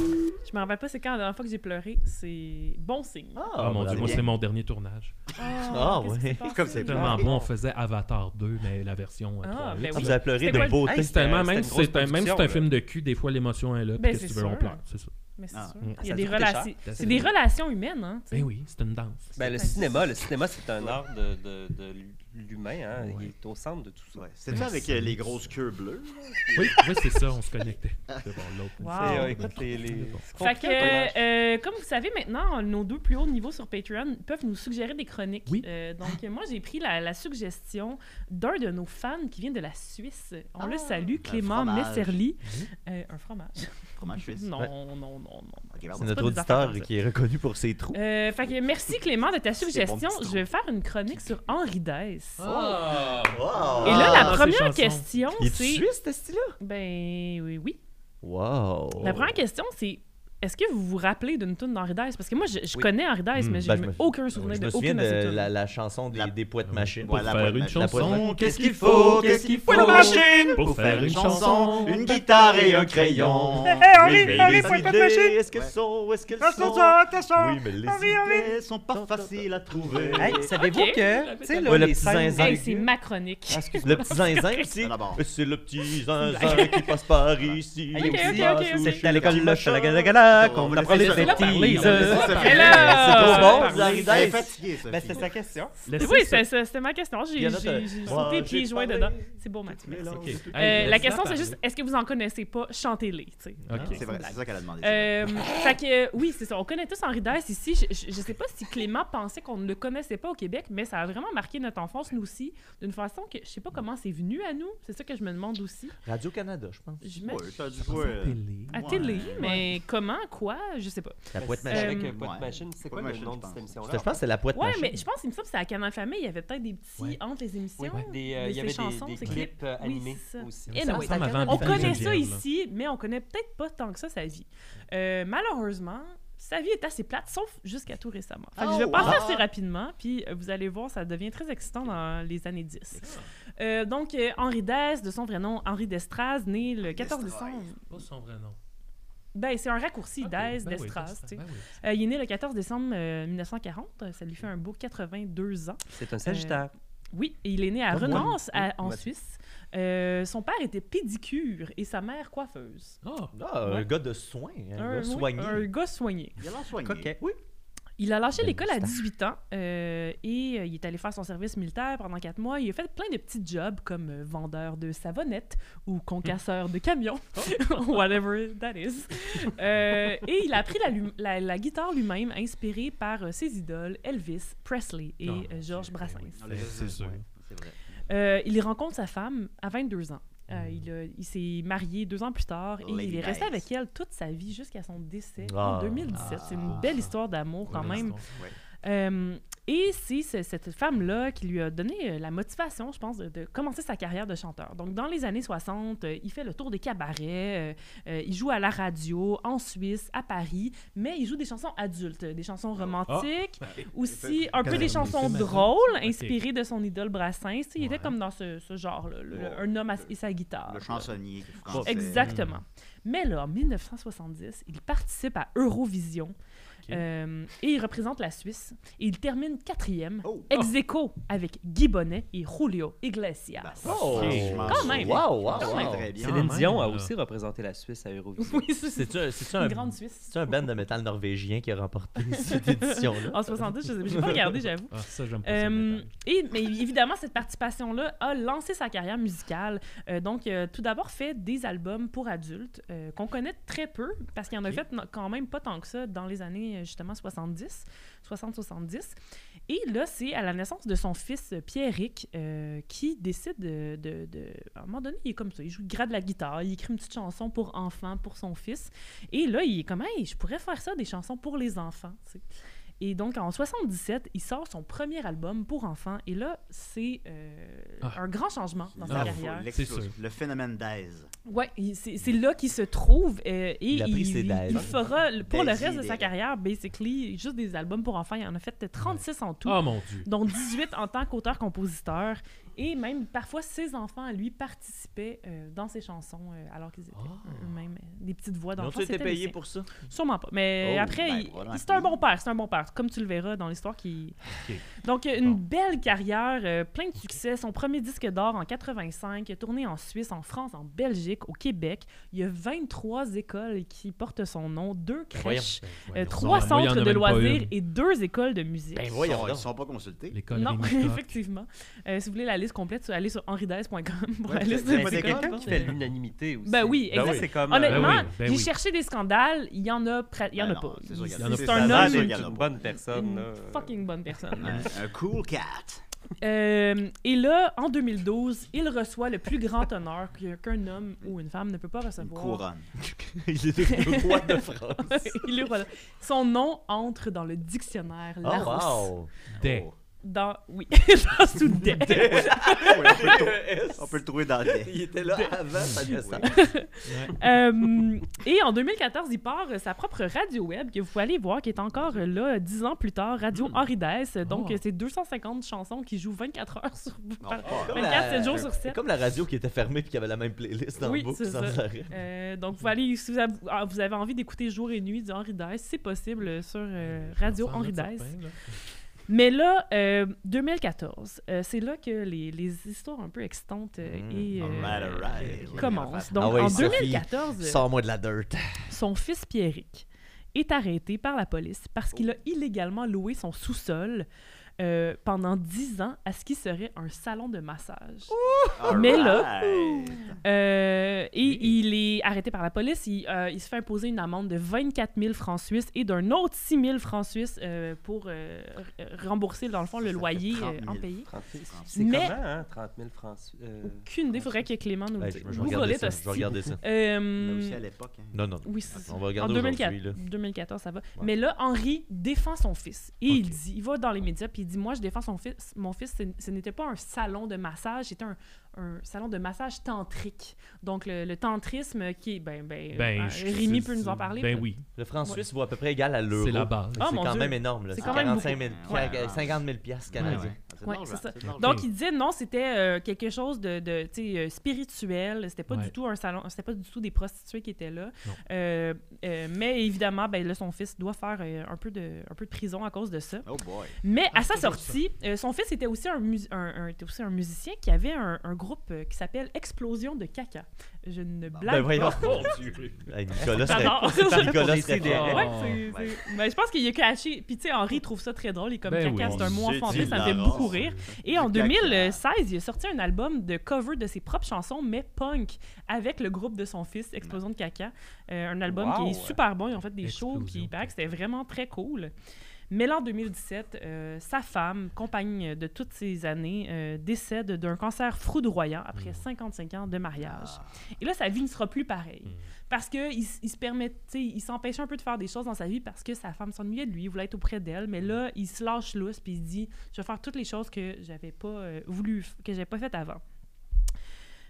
Je me rappelle pas c'est quand la dernière fois que j'ai pleuré. C'est bon signe. Ah mon dieu, bravo. moi c'est mon dernier tournage. Ah, qu'est-ce qui ouais. s'est passé? Comme c'est C'est Tellement bon, on faisait Avatar 2, mais la version Ah, 3. ben Ah, oui. Vous avez pleuré C'était de quoi le- beauté. Hey, C'est tellement, C'était- même si c'était une c'est un, grosse même si c'est un production, film de cul, des fois l'émotion est là. puis Ben, Qu'est-ce que tu c'est veux, on sûr. pleure. C'est ça. Mais c'est Ah. sûr. Mm. Il y Ça a des doit coûter cher. relations. Ça, C'est c'est des vrai. relations humaines, hein. tu sais. Ben oui, c'est une danse. Ben, le Ouais, c'est cinéma, le cinéma, c'est un art de, de, de l'humain. Hein. Il est au centre de tout ça. Ouais, C'est ça avec euh, les grosses queues bleues. Oui, oui c'est ça, on se connectait. C'est bon, l'autre. Wow. Ah, Et, euh, écoute, les, les... Bon. c'est Fait compliqué, que, le tournage. euh, comme vous savez, maintenant, nos deux plus hauts niveaux sur Patreon peuvent nous suggérer des chroniques. Oui. Euh, donc, moi, j'ai pris la, la suggestion d'un de nos fans qui vient de la Suisse. On le salue, Clément Ah. fromage. Messerli. Euh, un fromage. Fromage suisse. Non, Ouais. non, non, non. Ok, C'est pardon. notre pas des affaires auditeur comme ça. qui est reconnu pour ses trous. Euh, fait que merci Clément de ta suggestion. petit Je vais faire une chronique sur Henri Dess. Et Ah, là, la ces première chansons. question, Il est c'est. suisse, ce style-là? Ben oui, oui. Wow! La première question, c'est est-ce que vous vous rappelez d'une tune d'Henri Dess? Parce que moi, je, je Oui. connais Henri Dess, mais j'ai Ben, je me- aucun souvenir Je de me aucune souviens de ces de tunes. la, la chanson des, La- des poètes machines. Pour Voilà, faire la- une la- chanson, Qu'est-ce qu'il faut, qu'est-ce qu'il faut, Poil machine! Pour faire une chanson, une guitare et un crayon. Oui, mais Henri, les poète idées, machine! Est-ce qu'elles Ouais. sont? Est-ce qu'elles sont? Oui, mais Ah, les Ils sont pas faciles à trouver. Hey, Savez-vous Ok. hein, que, tu sais, là, Ouais, le les petit scènes zinzin. Hey, Henri c'est Dess. ma chronique. Ah, excuse-moi. Le petit zinzin ici. D'abord. C'est le petit zinzin qui passe par ici. Ok, ok, Qui ok, passe ok. sous C'est le à l'école chat. Loche, à la gala gala, qu'on vous On apprend laisse les des autres petits. parler, on laisse euh. ça parler. Hello! C'est trop bon, vous Elle arrivez. est fatiguée, Sophie. Ben, c'est sa question. Laissez oui, ça. c'est- c'est- c'était ma question. J'ai Violette, j'ai- euh, j'ai moi, sauté j'ai pieds joints parlé. dedans. C'est beau, Mathieu. merci. Ok. Hey, Euh, la laisse-la question, c'est parler. juste est-ce que vous en connaissez pas Chantez-les. tu sais. Ok. C'est vrai, c'est ça qu'elle a demandé. Euh, fait que, euh, oui, c'est ça. On connaît tous Henri Dess ici. Je, je, je sais pas si Clément pensait qu'on ne le connaissait pas au Québec, mais ça a vraiment marqué notre enfance, nous aussi, d'une façon que je sais pas comment c'est venu à nous. C'est ça que je me demande aussi. Radio-Canada, je pense. Je Ouais, me- t'as dû jouer, euh, Télé. À ouais. télé, mais comment, quoi, je sais pas. La poète Euh, machine. Avec Ouais. euh, Poète Machine, c'est quoi Poète le Machine, nom de je cette pense. Je émission-là? pense que c'est la poète Ouais, machine. mais je pense, il me semble que c'est à Canal Famille, il y avait peut-être des petits Ouais. entre les émissions. Oui, ouais. Des, euh, de il y avait ces chansons, des, des ces clips euh, Oui, animés c'est ça. aussi. Anyway, Ça ressemble à Van Ah on Damme, connaît Geneviève, ça là. ici, mais on connaît peut-être pas tant que ça sa vie. Euh, malheureusement, sa vie est assez plate, sauf jusqu'à tout récemment. Fait que Oh, je vais passer wow. assez rapidement, puis euh, vous allez voir, ça devient très excitant dans les années 10. Euh, donc, euh, Henri Dess, de son vrai nom, Henri Destraz, né le 14 Destraz. décembre. Pas son vrai nom. Ben, c'est un raccourci, Ok, Dess, ben oui, Destraz. tu sais. Ben oui. Euh, il est né le 14 décembre euh, 1940, ça lui fait un beau 82 ans. C'est un Sagittaire. Oui, et il est né à Comme moi. Renance, à- Oui, en moi. Suisse. Euh, son père était pédicure et sa mère coiffeuse. Ah, Ah, un Ouais. gars de soin, un, Un- gars oui, soigné. un gars soigné. Il a l'air soigné. Coquet. Oui. Il a lâché Belle l'école à moustache. 18 ans euh, et euh, il est allé faire son service militaire pendant 4 mois. Il a fait plein de petits jobs comme euh, vendeur de savonnettes ou concasseur de camions, whatever that is. Euh, et il a appris la, lu- la- la guitare lui-même, inspiré par euh, ses idoles Elvis Presley et Ah, euh, Georges Brassens. On les a- C'est sûr. ouais, c'est vrai. Euh, il y rencontre sa femme à 22 ans. Euh, il a- il s'est marié deux ans plus tard et Lady il est resté Dice. avec elle toute sa vie jusqu'à son décès Ah. en 2017. C'est une belle histoire d'amour quand même. Euh, et c'est ce- cette femme-là qui lui a donné euh, la motivation, je pense, de, de commencer sa carrière de chanteur. Donc, dans les années 60, euh, il fait le tour des cabarets, euh, euh, il joue à la radio, en Suisse, à Paris, mais il joue des chansons adultes, des chansons Ah, romantiques, ben, aussi un peu des chansons films adultes. drôles, Ok. inspirées de son idole Brassens. Tu sais, Il était Ouais. comme dans ce, ce genre-là, le- Ouais. un homme à- et sa guitare. Le chansonnier français. Exactement. Mais là, en 1970, il participe à Eurovision euh, et il représente la Suisse. Et il termine quatrième, Oh. ex aequo, avec Guy Bonnet et Julio Iglesias. Ben, Oh! franchement, Quand même. Wow, wow, je m'en souviens wow. très bien. Céline même, Dion a là. aussi représenté la Suisse à Eurovision. Oui, c'est C'est-tu un- c'est-tu une un, grande Suisse. c'est-tu un band de métal norvégien qui a remporté cette édition-là? En 70, je sais- j'ai pas regardé, j'avoue. Ah, hein. ça, j'aime pas ça. Euh, Nathan. et, mais évidemment, cette participation-là a lancé sa carrière musicale. Euh, donc, euh, tout d'abord, fait des albums pour adultes euh, qu'on connaît très peu, parce qu'il y en a fait no- quand même pas tant que ça dans les années, euh, justement, 70, 60-70. Et là, c'est à la naissance de son fils, euh, Pierrick, euh, qui décide de, de- de- À un moment donné, il est comme ça. Il joue le gras de la guitare, il écrit une petite chanson pour enfants, pour son fils. Et là, il est comme, hey, je pourrais faire ça, des chansons pour les enfants. tu sais. Et donc, en 77, il sort son premier album pour enfants. Et là, c'est euh, Ah. un grand changement dans sa Ah, Non, carrière. l'explosion. C'est sûr. Le phénomène d'aise. Ouais, il- c'est c'est là qu'il se trouve. euh, et Il a pris ses dates. il fera, le- pour le Daisy, reste de des- sa carrière, basically, juste des albums pour enfants. Il en a fait 36 en Ah. tout Oh mon dieu. dont 18 en tant qu'auteur-compositeur. Et même parfois, ses enfants, lui, participaient euh, dans ses chansons euh, alors qu'ils étaient eux-mêmes euh, des petites voix Non, d'enfants. tu étais C'était les payé siens. pour ça? Sûrement pas. Mais Oh, après, ben, il- probablement il- c'est que un oui. bon père, c'est un bon père, comme tu le verras dans l'histoire qui. Ok. Donc, une belle carrière, euh, plein de succès. Son premier disque d'or en 85, il a tourné en Suisse, en France, en Belgique, au Québec. Il y a 23 écoles qui portent son nom, deux voyons. crèches, Ben, euh, voyons. trois Moi, il y en a centres de même pas loisirs une. et deux écoles de musique. Ben Ils voyons sont- ils donc. sont pas consultés. Les conneries Non, de Hitchcock. effectivement. Euh, si vous voulez la liste complète, allez sur henridaise.com pour Ouais, la liste c'est des pas c'est des écoles. gars quelqu'un qui fait l'unanimité aussi. Ben oui, Ben exact. oui. c'est comme. euh, Honnêtement, Ben oui, ben j'ai oui. cherché des scandales, il y en a, pra- il y en a Ben non, pas. c'est sûr, il y en a C'est pas. C'est un ça a homme, Sauvage, l'air il y en d'être a une pas. bonne personne. là. une fucking bonne personne. Un un cool cat. Euh, et là, en 2012, il reçoit le plus grand honneur que- qu'un homme ou une femme ne peut pas Une recevoir. couronne. Il était le roi de France. Il est voilà. Son nom entre dans le dictionnaire Oh, Larousse. wow. Des. Oh. Dans oui, dans sous des. Ouais, on, peut le trou- on peut le trouver dans le Il était là avant sa naissance. Euh, et en 2014, il part euh, sa propre radio web que vous pouvez aller voir, qui est encore euh, là euh, dix ans plus tard, Radio Henri Dess. Donc, Oh. euh, c'est 250 chansons qui jouent 24 heures sur Non, par- pas. Comme 24, la- 7 jours sur 7. Comme la radio qui était fermée puis qui avait la même playlist dans Oui, le boucle c'est sans ça. arrêt. Euh, donc, vous pouvez aller, si vous avez, ah, vous avez envie d'écouter Jour et Nuit du Henri Dess, c'est possible euh, sur euh, Radio Euh, Henri Dess. Mais là, euh, 2014, euh, c'est là que les, les histoires un peu excitantes euh, Mm. et, euh, Matter of fact, oui, commencent. Donc, Ah ouais, en Sophie, 2014... euh, Sors-moi de la dirt. Son fils Pierrick est arrêté par la police parce qu'il a illégalement loué son sous-sol euh, pendant 10 ans à ce qui serait un salon de massage. All Mais là- right. Euh, et il est arrêté par la police. Il, euh, il se fait imposer une amende de 24 000 francs suisses et d'un autre 6 000 francs suisses euh, pour euh, r- rembourser, dans le fond, Ça, le ça fait loyer 30 euh, 000. empayé. 30 000. C'est C'est Mais- comment, hein, 30 000 francs? euh, Aucune idée, il faudrait que Clément nous le Ben, dise. je, je vais Google regarder it, ça. Je hostie. vais regarder ça. Mais Euh, aussi à l'époque. hein. Non, non. Oui, c'est ça. On va En regarder 2004 aujourd'hui. là. 2014, ça va. Mais là, Henri défend son fils. Et il Ok. dit, il va dans les médias, puis il dit, moi, je défends son fils. Mon fils, ce- ce n'était pas un salon de massage, c'était un, un salon de massage tantrique. Donc, le, le tantrisme qui est, ben, ben, euh, Ben, je- Rémi c'est- peut nous en c'est- parler. Ben peut- oui. Le franc Ouais. suisse vaut à peu près égal à l'euro. C'est la base. Ah, C'est mon quand Dieu. même énorme. là. C'est C'est quand même 45 000, beaucoup. Ouais. 50 000 piastres Ouais, canadiens. ouais. C'est de Ouais, l'argent, c'est ça. c'est de l'argent. Donc, il disait non, c'était euh, quelque chose de, de, tu sais, euh, spirituel. C'était pas Ouais. du tout un salon, c'était pas du tout des prostituées qui étaient là. Non. Euh, euh, mais évidemment, ben, là, son fils doit faire euh, un, peu de, un peu de prison à cause de ça. Oh boy. Mais Ah, à sa toujours ça. sortie, euh, son fils était aussi un, mus- un- un- était aussi un musicien qui avait un, un groupe euh, qui s'appelle Explosion de caca. Je ne Ben blague voyons. pas. Mon Dieu. Hey, Nicolas J'adore. serait... Nicolas Pour serait décider. fort. Oh, Ouais, c'est- c'est- Mais je pense qu'il est caché. Puis, tu sais, Henri trouve ça très drôle. Et comme Ben caca, oui. c'est un mot C'est enfantin, ça me fait hilarant, beaucoup ça. rire. Et en euh, Du caca. 2016, il a sorti un album de cover de ses propres chansons, mais punk, avec le groupe de son fils, Explosion de caca. Euh, un album qui Wow. est super bon. Ils ont fait des shows Explosion. qui, il paraît que c'était vraiment très cool. Mais là, en 2017, euh, sa femme, compagne de toutes ces années, euh, décède d'un cancer foudroyant après 55 ans de Ah. mariage. Et là, sa vie ne sera plus pareille. Parce qu'il il se permet, tu sais, il s'empêchait un peu de faire des choses dans sa vie parce que sa femme s'ennuyait de lui, il voulait être auprès d'elle. Mais là, il se lâche lousse puis il se dit Je vais faire toutes les choses que j'avais pas euh, voulu, f- que j'avais pas faites avant.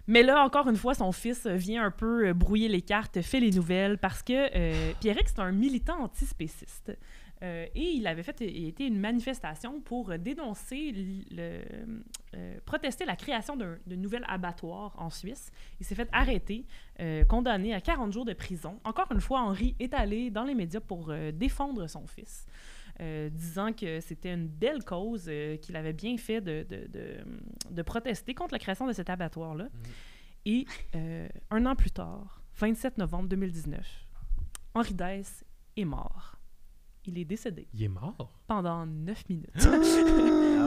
Mais là, encore une fois, son fils euh, vient un peu euh, brouiller les cartes, fait les nouvelles, parce que euh, Pierrick, c'est un militant antispéciste. Euh, et il avait fait il était une manifestation pour euh, dénoncer, l- le, euh, protester la création d'un d'un nouvel abattoir en Suisse. Il s'est fait arrêter, euh, condamné à 40 jours de prison. Encore une fois, Henri est allé dans les médias pour euh, défendre son fils, euh, disant que c'était une belle cause, euh, qu'il avait bien fait de, de- de- de protester contre la création de cet abattoir-là. Et euh, un an plus tard, 27 novembre 2019, Henri Dess est mort. Il est décédé Il est mort. pendant 9 minutes.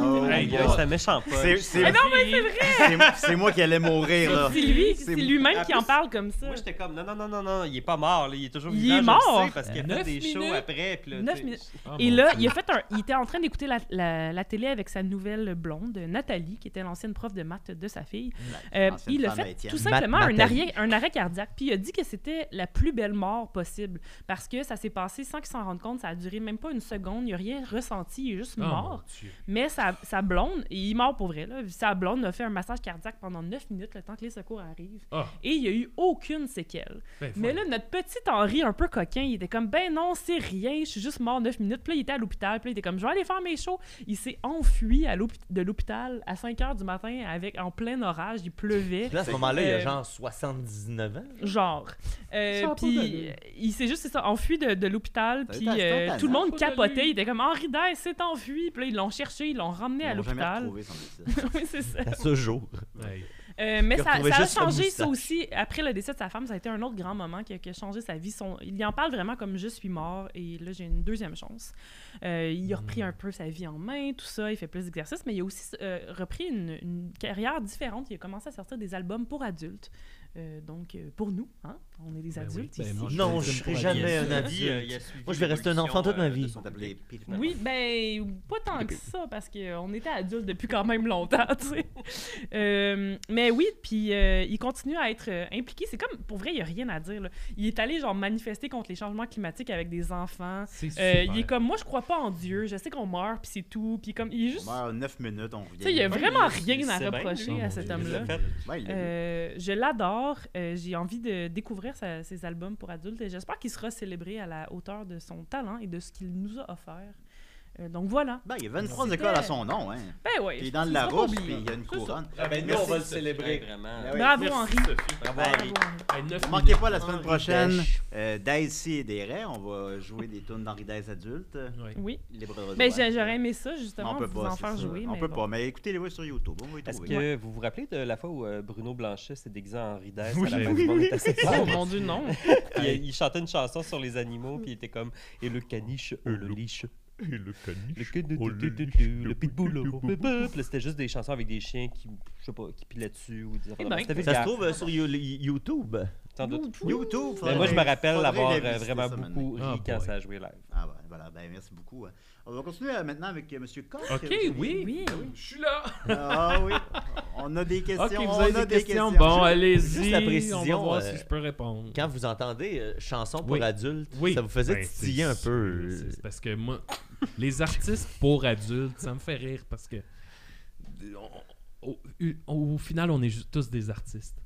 Oh. Aïe, aïe, C'est un méchant pas. C'est- Ah c'est- c'est- C'est moi qui allais mourir, là. C'est lui, C'est c'est mou- lui-même En qui plus, en parle comme ça. Moi, j'étais comme, non, non, non, non, non, il est pas mort, là, il est toujours Il vivant. est je le mort. sais, parce qu'il a Neuf fait des shows minutes. après. puis là, Neuf tu sais, minutes. Ah, Et mon là, Dieu. il, a fait un, il était en train d'écouter la, la- la télé avec sa nouvelle blonde, Nathalie, qui était l'ancienne prof de maths de sa fille. Euh, ancienne il a femme à fait Étienne. tout Mat- simplement un Nathalie. arrêt, un arrêt cardiaque. Puis il a dit que c'était la plus belle mort possible parce que ça s'est passé sans qu'il s'en rende compte. Ça a duré même pas une seconde. Il n'a rien ressenti. Il est juste Ah, mon mort. Dieu. Mais sa, sa blonde, et il est mort pour vrai, là, sa blonde a fait un massage cardiaque pendant 9 minutes le temps que les secours arrivent. Ah, Et il n'y a eu aucune séquelle. ben, Mais faut- là, notre petit Henri, un peu coquin, il était comme, ben non, c'est rien, je suis juste mort 9 minutes. Puis là, il était à l'hôpital, puis là, il était comme, je vais aller faire mes shows. Il s'est enfui à l'hôpi- de l'hôpital à 5 h du matin avec, en plein orage, il pleuvait. Puis là, à ce moment-là, il a Euh, genre 79 ans. Genre. Euh, Ça a pas puis d'allure. il s'est juste c'est ça, enfui de, de l'hôpital, Ça a puis été hein? euh, instantané. tout le monde Ça a pas d'allure. capotait. Il était comme, Henri Day s'est enfui. Puis là, ils l'ont cherché, ils l'ont ramené à Ils l'ont jamais l'hôpital. retrouvé, semble-t-il. oui, c'est ça. À ce jour. Hey. Euh, mais Il a ça, retrouvé ça a juste sa changé ça moustache. aussi. Après le décès de sa femme, ça a été un autre grand moment qui a, qui a changé sa vie. Son- il en parle vraiment comme je suis mort et là j'ai une deuxième chance. Euh, il a Hmm. repris un peu sa vie en main, tout ça. Il fait plus d'exercices, mais il a aussi euh, repris une, une carrière différente. Il a commencé à sortir des albums pour adultes. Euh, donc euh, pour nous, hein, on est des Ben oui, adultes ben ici. moi, Non, vais je être une serai pour jamais la vie. un adulte. euh, Moi, je vais rester un enfant toute ma vie. Ils sont appelés Pete Miller. Oui, ben, pas tant que ça, parce qu'on était adultes depuis quand même longtemps, tu sais. Euh, mais oui, puis euh, il continue à être euh, impliqué. C'est comme, pour vrai, il n'y a rien à dire. là. Il est allé, genre, manifester contre les changements climatiques avec des enfants. C'est Euh, super. il est comme, moi, je crois pas en Dieu, je sais qu'on meurt, puis c'est tout. Puis comme, il est On juste... meurt 9 minutes, on revient. Tu sais, il n'y a vraiment rien c'est à bien, reprocher lui. Oh, à mon cet Dieu, il homme-là. l'a Ouais, il l'a vu. Euh, je l'adore. Euh, J'ai envie de découvrir sa- ses albums pour adultes et j'espère qu'il sera célébré à la hauteur de son talent et de ce qu'il nous a offert. Euh, donc voilà. Ben, il y a 23 C'était- écoles à son nom, hein. Ben ouais. Puis il est dans le il sera pas Larousse, oublié. puis il y a une C'est ça. couronne. Ah ben nous, on va le célébrer. vraiment. Ah ouais. Bravo Merci, Henri. Sophie. Bravo, Bravo, Henri. Henri. Hey, Ne neuf minutes. manquez pas la semaine Ah, Henri prochaine Dèche. euh, Daisy et des raies. On va jouer des tunes d'Henri Daisy adulte. Ouais. Oui. Libre de Mais j'ai- droit. Ben, j'aurais aimé ça, Mais justement, On peut vous pas. en c'est faire ça. jouer. On mais peut bon. pas. Mais écoutez les voix sur YouTube. On va y Est-ce trouver. que vous vous rappelez de la fois où euh, Bruno Blanchet s'est déguisé en Ridès Oui. à la fin du monde était Oh sexuel? mon dieu, non. il, il chantait une chanson sur les animaux, puis il était comme « Et le caniche, euh, le liche, Et le caniche. le que- oh, du- du- du- liche, du- le le pitbull, le pitbull. boubou. Puis là, c'était juste des chansons avec des chiens qui, je sais pas, qui pilaient dessus ou Eh des affaires de ben, même. C'était Ça se vulgaire, trouve euh, sur You- YouTube. sans doute. YouTube. Mais faudrait- Ben, moi, je me rappelle faudrait avoir les euh, visiter vraiment ça beaucoup maintenant. ri Ah, quand boy. ça a joué live. Ah ben voilà, ben merci beaucoup. On va continuer euh, maintenant avec M. Koch. Euh, Ok, oui. Oui. Je suis là. Ah oui, on a des questions. Ok, vous on avez a des, questions. Bon, allez-y. juste la On va précision, voir euh, si je peux répondre. Quand vous entendez euh, chanson pour Oui. adultes, Oui. ça vous faisait Ben, titiller c'est- un peu. c'est- c'est parce que moi, les artistes pour adultes, ça me fait rire parce que. on- au, au final, on est ju- tous des artistes.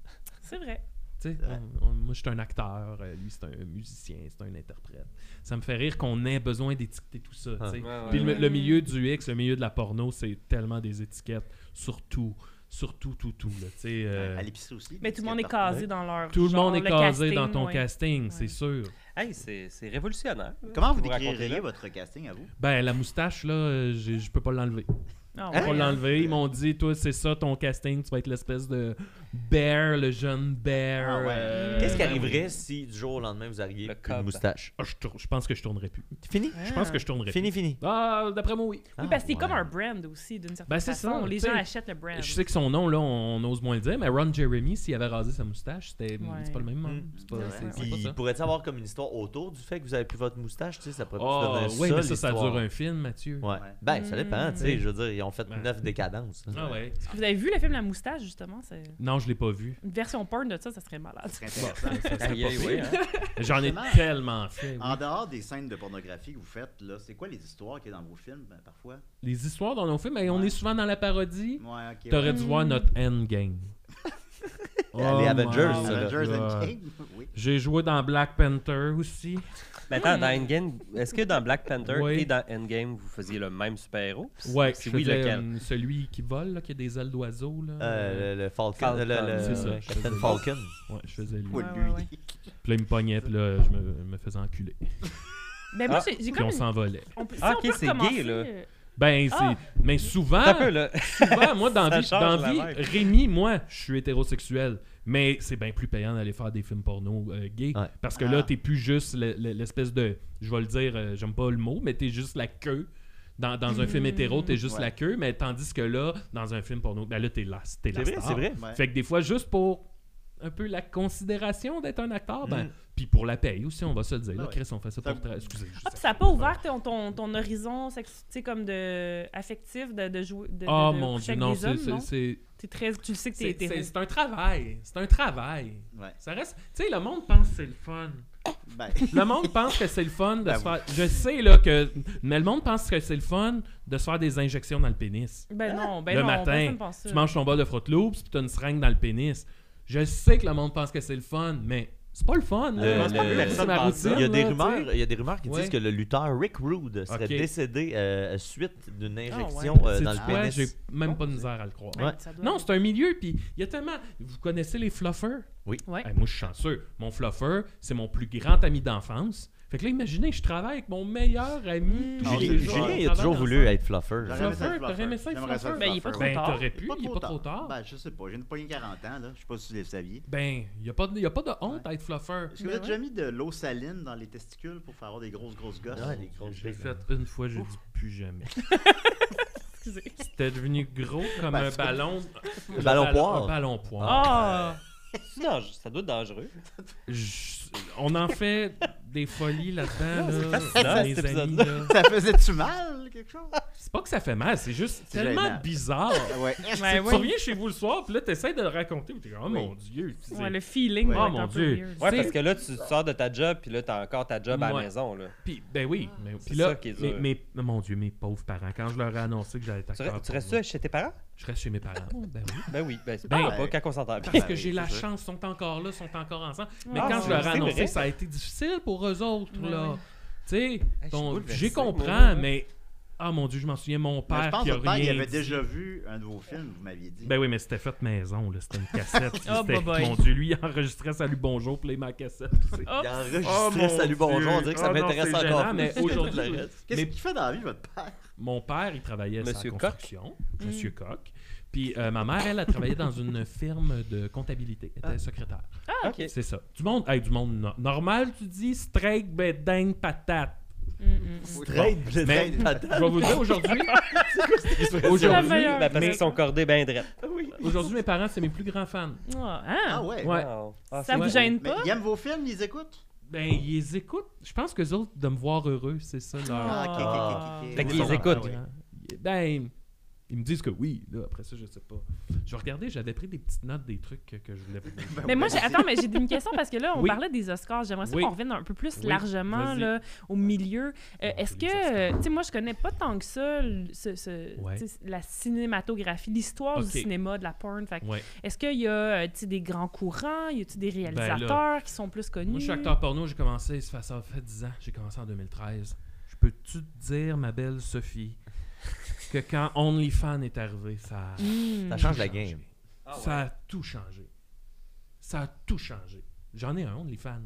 C'est vrai. Tu sais, on- on- moi, je suis un acteur, euh, lui, c'est un musicien, c'est un interprète. Ça me fait rire qu'on ait besoin d'étiqueter tout ça. Ah. tu sais. Ouais, ouais, Puis le, ouais. le milieu du X, le milieu de la porno, c'est tellement des étiquettes. Surtout, surtout, tout, tout. là, tu sais, euh, À l'épicerie aussi. Mais tout le monde est casé dans leur. tout le genre, monde est casé dans casting, ton ouais. casting, c'est Ouais. sûr. Hey, c'est c'est révolutionnaire. hein, Comment ce vous que racontez décririez là. votre casting à vous Ben, la moustache, là, euh, j'ai- je peux pas l'enlever. Ah On ouais, l'a hein? enlevé. Ils m'ont dit, toi, c'est ça ton casting, tu vas être l'espèce de bear, le jeune bear. Ah ouais. euh, Qu'est-ce qui ben arriverait si du jour au lendemain vous arriviez Le plus de cob. moustache? oui. Ah, je, tour- je pense que je tournerai plus. Fini? Je pense que je tournerai Fini, fini. plus. Ah, d'après moi, oui. Oui, parce que c'est comme un brand aussi, d'une certaine Ben, c'est façon. ça, Les tu sais. gens achètent le brand. Je sais que son nom, là, on, on ose moins le dire, mais Ron Jeremy, s'il avait rasé sa moustache, c'était Ouais. c'est pas le même homme. Mm. C'est pas, Ouais, c'est- ouais, c'est Puis pas ça. il pourrait-il avoir comme une histoire autour du fait que vous avez plus votre moustache? Tu sais, ça pourrait Oh, donner oui, ça, mais ça, ça l'histoire. dure un film, Mathieu. Ouais. Ouais. Ben, ça dépend, tu sais. Je veux dire, ils ont fait Ouais. neuf décadences. Ah ouais. Est-ce que Vous avez vu le film La Moustache, justement? C'est... Non, je l'ai pas vu. Une version porn de ça, ça serait malade. C'est intéressant. Aïe, aïe, oui, hein. J'en ai Justement. tellement fait. Eh oui. En dehors des scènes de pornographie que vous faites, là, c'est quoi les histoires qu'il y a dans vos films, ben, parfois? Les histoires dont on fait, mais on Ouais. est souvent dans la parodie. Ouais, ok. T'aurais ouais. dû voir notre Endgame. Oh Les my Avengers, ça, là. Avengers God. Endgame? Oui. J'ai joué dans Black Panther aussi. Mais attends, dans Endgame, est-ce que dans Black Panther Oui. et dans Endgame, vous faisiez le même super-héros? Puis Ouais, si je oui, faisais, lequel? euh, Celui qui vole, là, qui a des ailes d'oiseau. là. Euh, le, le Falcon. Falcon, le, le- c'est ça, ouais, je Captain sais. Falcon. Ouais, je faisais lui. Ou Ouais, lui. ouais, ouais. Puis là, il me pognait, puis là, je me, me faisais enculer. Mais Ben, moi, Ah, j'ai, j'ai Puis comme on une... s'envolait. on peut- si Ah, on ok, peut c'est gay, recommencer, là. euh, Ben, Ah! c'est. Mais souvent, T'as un peu, là. souvent, moi, dans Ça vie, change dans la vie vibe. Rémi, moi, je suis hétérosexuel. Mais c'est bien plus payant d'aller faire des films porno euh, gays. Ouais. Parce que là, Ah. t'es plus juste le- le- l'espèce de. Je vais le dire, euh, j'aime pas le mot, mais t'es juste la queue. Dans, dans un Mmh. film hétéro, t'es juste Ouais. la queue, mais tandis que là, dans un film porno, ben là, t'es la, t'es la C'est vrai, star. c'est vrai. Ouais. Fait que des fois, juste pour un peu la considération d'être un acteur, ben, puis pour la paye aussi, on va se le dire. Là, Ah ouais. Chris, on fait ça Ça- pour... tra- Excusez, je Ah, sais. puis ça n'a pas ouvert ton, ton, ton horizon sex- tu sais, comme de affectif de, de jouer. De, de- Ah, de mon coucher dieu, avec non, des c'est- hommes, c'est... c'est- T'es très, tu le sais que t'es C'est hétéro. c'est- c'est un travail. C'est un travail. Ouais. Ça reste... Tu sais, le monde pense que c'est le fun. Ben, Le monde pense que c'est le fun de Ben se faire... Je sais, là, que... Mais le monde pense que c'est le fun de se faire des injections dans le pénis. Ben non, ben le non, personne matin, ne pense ça. tu manges ton bol de Froot Loops, puis t'as une seringue dans le pénis. Je sais que le monde pense que c'est le fun, mais c'est pas le fun. là. Le- C'est pas Euh, le- le- personne c'est ma pense ça. routine, Il y, a des là, tu sais. rumeurs, il y a des rumeurs qui Ouais. disent que le lutteur Rick Rude serait Ok. décédé euh, suite d'une injection euh, Sais-tu dans le quoi? pénis. J'ai même pas de misère à le croire. Ben, ça doit- Non, c'est un milieu, puis il y a tellement. Vous connaissez les fluffers? Oui. Ouais. Eh, moi, je suis chanceux. Mon fluffer, c'est mon plus grand ami d'enfance. Fait que là, imaginez, je travaille avec mon meilleur ami. tous Ah, les Julien, jours. Julien, il On a travaille toujours voulu ensemble. être fluffer. j'aurais aimé ça Fluffer, être t'aurais aimé ça être J'aimerais être fluffer. Ben, il est pas fluffer. trop Ben, tard. t'aurais pu, il est pas trop tard. Ben, je sais pas, j'ai pas eu 40 ans, là. Je sais pas si vous le saviez. Ben, il n'y a, pas de- y a pas de honte à être fluffer. Ben. Est-ce que vous avez déjà mis de l'eau saline dans les testicules pour faire avoir des grosses, grosses gosses? Ouais, des grosses J'ai bébés. fait une fois, je dis plus jamais. Excusez. C'était devenu gros comme Ben, un c'est- ballon. Le ballon un poire. Un ballon poire. Ah! C'est dangereux, ça doit être dangereux. Je- On en fait des folies là-dedans. Là, fascinant, les cet amis, épisode-là. là. Ça faisait-tu mal, quelque chose? C'est pas que ça fait mal, c'est juste C'est tellement gênant. bizarre. Ah Ouais. Ouais, Tu ouais. reviens chez vous le soir, puis là, t'essayes de le raconter, puis t'es comme, oh mon Dieu. tu sais. Ouais, le feeling. Ouais. doit Oh, être mon un peu Dieu. weird. Ouais, C'est- parce que là, tu sors de ta job, puis là, t'as encore ta job à la Ouais. maison, là. Puis, ben oui. Mais, puis C'est là, ça qui est mais, dur. mais- oh mon Dieu, mes pauvres parents, quand je leur ai annoncé que j'allais être Tu, acteur re- tu porno, restes chez tes parents? Je reste chez mes parents. ben oui. Ben oui, ben c'est Ben, pas, pas quand on s'entend bien. Parce que oui, j'ai c'est la ça. chance, ils sont encore là, ils sont encore ensemble. Mais Ah, quand je leur ai c'est annoncé, vrai. ça a été difficile pour eux autres, Ouais, là. ouais. Tu sais, je suis ton- bouleversé, j'ai moi, comprends, là. mais... Ah mon Dieu, je m'en souviens, mon Mais Ben, je père pense qui a que père, il rien avait dit. déjà vu un de vos films, vous m'aviez dit. Ben oui, mais c'était fait maison, là. C'était une cassette. puis Oh, c'était- bye-bye. mon Dieu, lui, il enregistrait Salut Bonjour, play ma cassette. tu sais. Il a Oh, enregistré mon Salut Bonjour, on dirait que ça Dieu. Ah, non, m'intéresse c'est encore gênant, plus mais que tout aujourd'hui- le reste. Qu'est-ce mais- qu'il fait dans la vie, votre père? Mon père, il travaillait à sa Monsieur Coq. construction. Monsieur Coq. Puis euh, ma mère, elle, a travaillé dans une firme de comptabilité. Elle était secrétaire. Ah, ok. C'est ça. Du monde, hey, du monde no- normal, tu dis straight, bedang, patate. Mm, mm. Straight, blé, mais- blé, patate. Je vais vous le dire aujourd'hui. C'est la aujourd'hui, meilleure. Ben, parce mais- qu'ils sont cordés bien drette. aujourd'hui, mes parents, c'est mes plus grands fans. Ah, hein? Ah ouais? Ouais. Wow. Ah, Ça c'est vous beau. gêne Mais pas? ils aiment vos films, ils écoutent? Ben, ils écoutent. Je pense qu'eux autres, de me voir heureux, c'est ça leur. Ah, ok, Ah. ok, ok, ok, ok. Fait Ils qu'ils sont- écoutent. ah ouais. Ben, ils me disent que oui. Là, après ça, je sais pas. Je regardais, j'avais pris des petites notes des trucs que, que je voulais vous dire. Ben Mais moi, oui, j'ai... attends, mais j'ai une question parce que là, on Oui. parlait des Oscars. J'aimerais ça Oui. qu'on revienne un peu plus Oui. largement Vas-y. là, au milieu. Euh, On Est-ce fait que, les euh, Oscars. tu sais, moi, je connais pas tant que ça le- ce- ce- Ouais. tu sais, la cinématographie, l'histoire Ok. du cinéma, de la porn. Fait que, Ouais. Est-ce qu'il y a euh, tu sais, des grands courants? Y a-tu des Ben là, réalisateurs qui sont plus connus? Moi, je suis acteur porno, j'ai commencé, ça fait, ça fait 10 ans, j'ai commencé en 2013. Je peux-tu te dire, ma belle Sophie, que quand OnlyFans est arrivé, ça a Mm. Ça tout change la changé. game. Ah ouais. Ça a tout changé. Ça a tout changé. J'en ai un OnlyFans.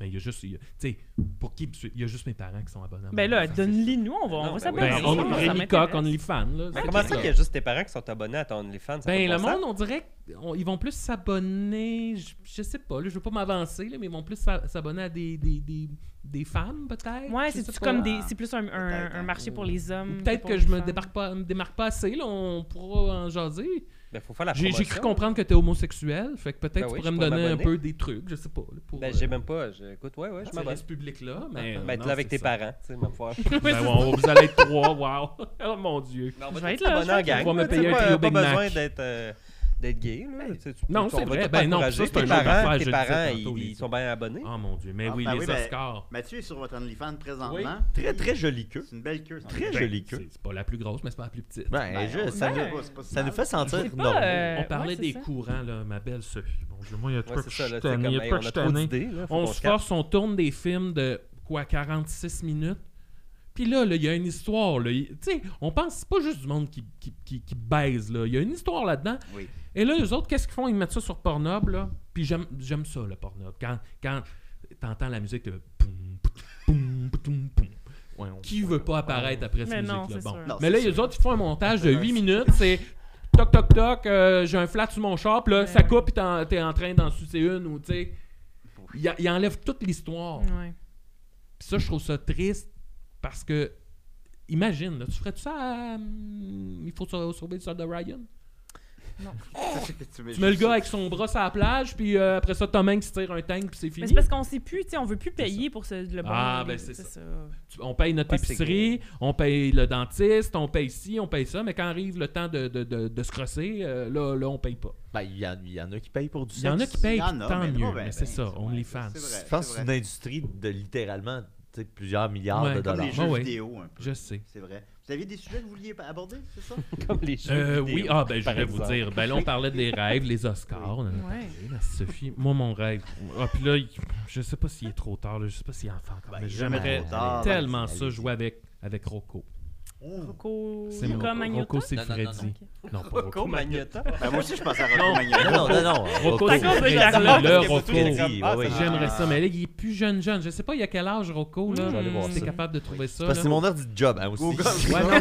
Mais il y a juste. il y a- Tu sais, pour qui me suit- Il y a juste mes parents qui sont abonnés. à Ben mon là, enfant. donne-les nous, on va, on va s'abonner. Ben, Ça, on ça Rémi m'intéresse. Coq, OnlyFans. là. Mais C'est comment comme ça qu'il y a juste tes parents qui sont abonnés à ton OnlyFans? ça a Ben, pas le de bon sens? monde, on dirait qu'ils vont plus s'abonner. Je, je sais pas, là, je veux pas m'avancer, là, mais ils vont plus s'a- s'abonner à des, des, des, des femmes, peut-être. Ouais, Je sais c'est pas. comme des, c'est plus un, un- Peut-être, un hein. marché pour les hommes. Ou Peut-être pour que les je me, femmes. débarque pas, me démarque pas assez, là, on pourra en jaser. Ben, faut faire la J'ai promotion. j'ai cru comprendre que t'es homosexuel, fait que peut-être Ben tu oui, pourrais je me pourrais donner un m'abonner. peu des trucs, je sais pas. là, pour, Ben, euh, j'ai même pas. je- Écoute, ouais, ouais, je ce m'abonne. reste public-là, mais. euh, Ben, être non, là avec tes c'est ça. parents, tu sais, ma foi. Ouais, Ben, c'est ouais, vous allez être trois, wow. Oh mon dieu. Mais on Je vais être tous là, s'abonner je vais en gang. On là, va me tu sais, payer un pas- trio Pas Big Mac. besoin d'être euh, d'être gay, là. tu sais, tu- Non, on c'est va vrai. tout Ben non, encourager. ça, c'est un Tes jeu parents, d'affaires, je tes le disais parents, tantôt, ils- les ils sont bien abonnés. Oh mon dieu, mais Ah, oui, ben les oui, ben- Oscars. Mathieu est sur votre OnlyFans présentement. Très, très jolie queue. C'est une belle queue. ça. Très Ben, jolie queue. C'est c'est pas la plus grosse, mais c'est pas la plus petite. Ben, ben, juste, on- ça, ben, nous- c'est pas si ça mal. nous fait sentir C'est pas, normal. euh, On parlait ouais, c'est des ça. courants, là, ma belle Sophie. Bon, Dieu, moi, il y a de Ouais, quoi c'est que ça, je là, tu suis sais, tanné, comme, il y a de hey, quoi on que a je trop suis tanné. d'idées, là, faut On qu'on se calme. force, on tourne des films de quoi 46 minutes. Puis là, là, il y a une histoire. là. Il- Tu sais, on pense c'est pas juste du monde qui, qui, qui- qui baise. là. Il y a une histoire là-dedans. Oui. Et là, les autres, qu'est-ce qu'ils font Ils mettent ça sur Pornhub. Là. Puis j'aime j'aime ça, le Pornhub. Quand, quand t'entends la musique, le poum, poum, poum, poum. Qui veut pas apparaître après cette Mais non, musique-là Ah, c'est Bon. sûr. Non, Mais là, c'est les autres, ils font un montage de C'est 8 minutes. C'est toc, toc, toc, euh, j'ai un flat sur mon char, puis là, Ouais. ça coupe, puis t'en- t'es en train d'en sucer une, ou tu sais. Il, a- il enlève toute l'histoire. Ouais. Puis ça, je trouve ça triste, parce que. Imagine, là, tu ferais-tu ça à, hum, Il faut sau- sauver le sol de Ryan. tu mets Tu mets le juste gars ça. avec son bras sur la plage, puis euh, après ça, Tom Hanks tire un tank, puis c'est Mais fini. c'est parce qu'on sait plus, tu sais, on veut plus payer pour ce, le bon. Ah, ben, les- c'est ça. ça. Tu- on paye notre Ouais, c'est épicerie, on paye le dentiste, on paye ci, on paye ça, mais quand arrive le temps de, de, de, de se crosser, euh, là, là, on paye pas. Ben, il y, en- il y en a qui payent pour du Il sexe. y en a qui payent, Il y en a, tant mais mieux. bon, ben, mais ben, c'est ça, c'est OnlyFans. C'est vrai. Je pense que c'est c'est une vrai. industrie de littéralement tu sais, plusieurs milliards Ouais, de Comme dollars. les Ah jeux ouais. vidéo un peu. Je sais. C'est vrai. Vous aviez des sujets que vous vouliez aborder, c'est ça? Comme les jeux Euh, vidéo, oui, ah ben je par voulais vous exemple. dire, ben là on parlait des rêves, les Oscars, on en a parlé, Ouais. merci Sophie. Moi mon rêve, ah puis là, il- je sais pas s'il est trop tard, là, je sais pas s'il est enfant encore, Ben, mais il est jamais j'aimerais trop tard. tellement Allez-y, ça allez-y. jouer avec, avec Rocco. Oh. Rocco. C'est mon Rocco Rocco, Magnotta. Rocco, c'est Non, non, non, Freddy. Non, pas Rocco. Coco Magnota. Ben, moi aussi, je pense à Rocco Non, hein. Magnotta. non, non, non. Rocco, c'est c'est- cause de Freddy, Garland, le parce que Rocco. tout est comme, ah, Ouais, ça- J'aimerais ça, mais là il est plus jeune jeune, je sais pas il y a quel âge Rocco là, Je vais aller voir si t'es ça. capable de trouver ça. Parce que là. c'est mon heure du job hein, aussi. Google. Ouais, non, mais,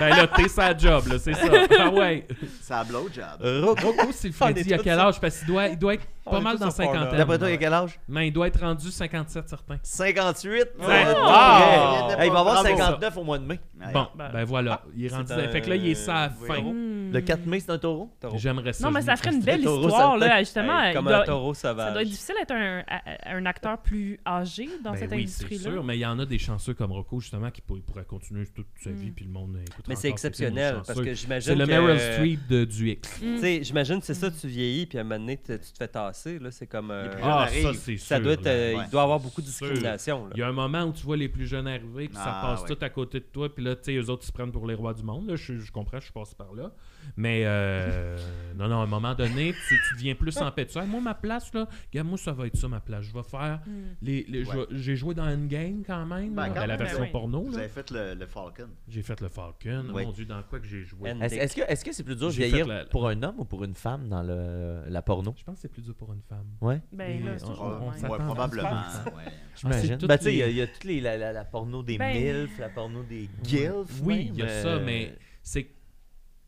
ben là t'es sa job là, c'est ça. Ah ouais. Ça a blowjob. Rocco. Rocco c'est le Freddy, il y a tous quel sur- âge Parce qu'il doit, il doit être On pas est mal tous dans sur Pornhub. 50 D'après toi, il y a quel âge Mais il doit être rendu 57 certain. 58. Ouais. euh, Ah! hey, il va avoir Bravo. 59 au mois de mai. Ouais. Bon, Ben- ben, voilà. il est rendu. c'est un- Fait que là, il est ça à la Oui. fin. Hmm. Le 4 mai, c'est un taureau. Taureau. J'aimerais ça. Non, mais je ça me ferait une ferais- belle taureau histoire, certain. là, justement. Hey, il Comme doit- un taureau Bah, Ça doit être sauvage. difficile d'être un, à- à- un acteur plus âgé dans Ben cette oui, c'est industrie-là. sûr, mais il y en a des chanceux comme Rocco, justement, qui pour- pourraient continuer toute sa vie, Mm. puis le monde euh, écoute. Mais c'est exceptionnel parce que j'imagine. Ah, C'est le que- Meryl Streep de- du X. Hmm. Tu sais, j'imagine que c'est ça, tu vieillis, puis à un moment donné, tu tu te fais tasser. là, C'est comme. euh, Il est plus- Ah, arrive. ça, c'est sûr. Ça doit être. là. euh, Ouais. Il doit avoir beaucoup de Sûr. discrimination. là. Il y a un moment où tu vois les plus jeunes arriver, puis ça Ah, passe ouais. tout à côté de toi, puis là, tu sais, eux autres, ils se prennent pour les rois du monde. Là, je, je comprends, je passe par là. Mais euh, non, non, à un moment donné, tu, tu deviens plus empêtueux. Hey, moi, ma place, là, regarde, moi, ça va être ça, ma place. Je vais faire. Hmm. les, les- je Ouais. vais- J'ai joué dans Endgame quand même, Ben, là, quand à la même, version ben oui. porno. Vous là. avez fait le, le Falcon. J'ai fait le Falcon. Oui. Mon Dieu, dans quoi que j'ai joué And- Est-ce est-ce que est-ce que c'est plus dur de J'ai fait vieillir la- la- pour un homme ou pour une femme dans le, la porno? Je pense que c'est plus dur pour une femme. Ah, Ouais, Ben là, Mais c'est on- toujours on- le on même. s'attend Ouais, à ça. probablement. ouais. j'imagine. toutes Ben, tu sais, il y a- les- il y a toutes les, la, la- la porno des Ben- MILF, la porno des GILF. Oui, il y a même, ça, euh, mais c'est que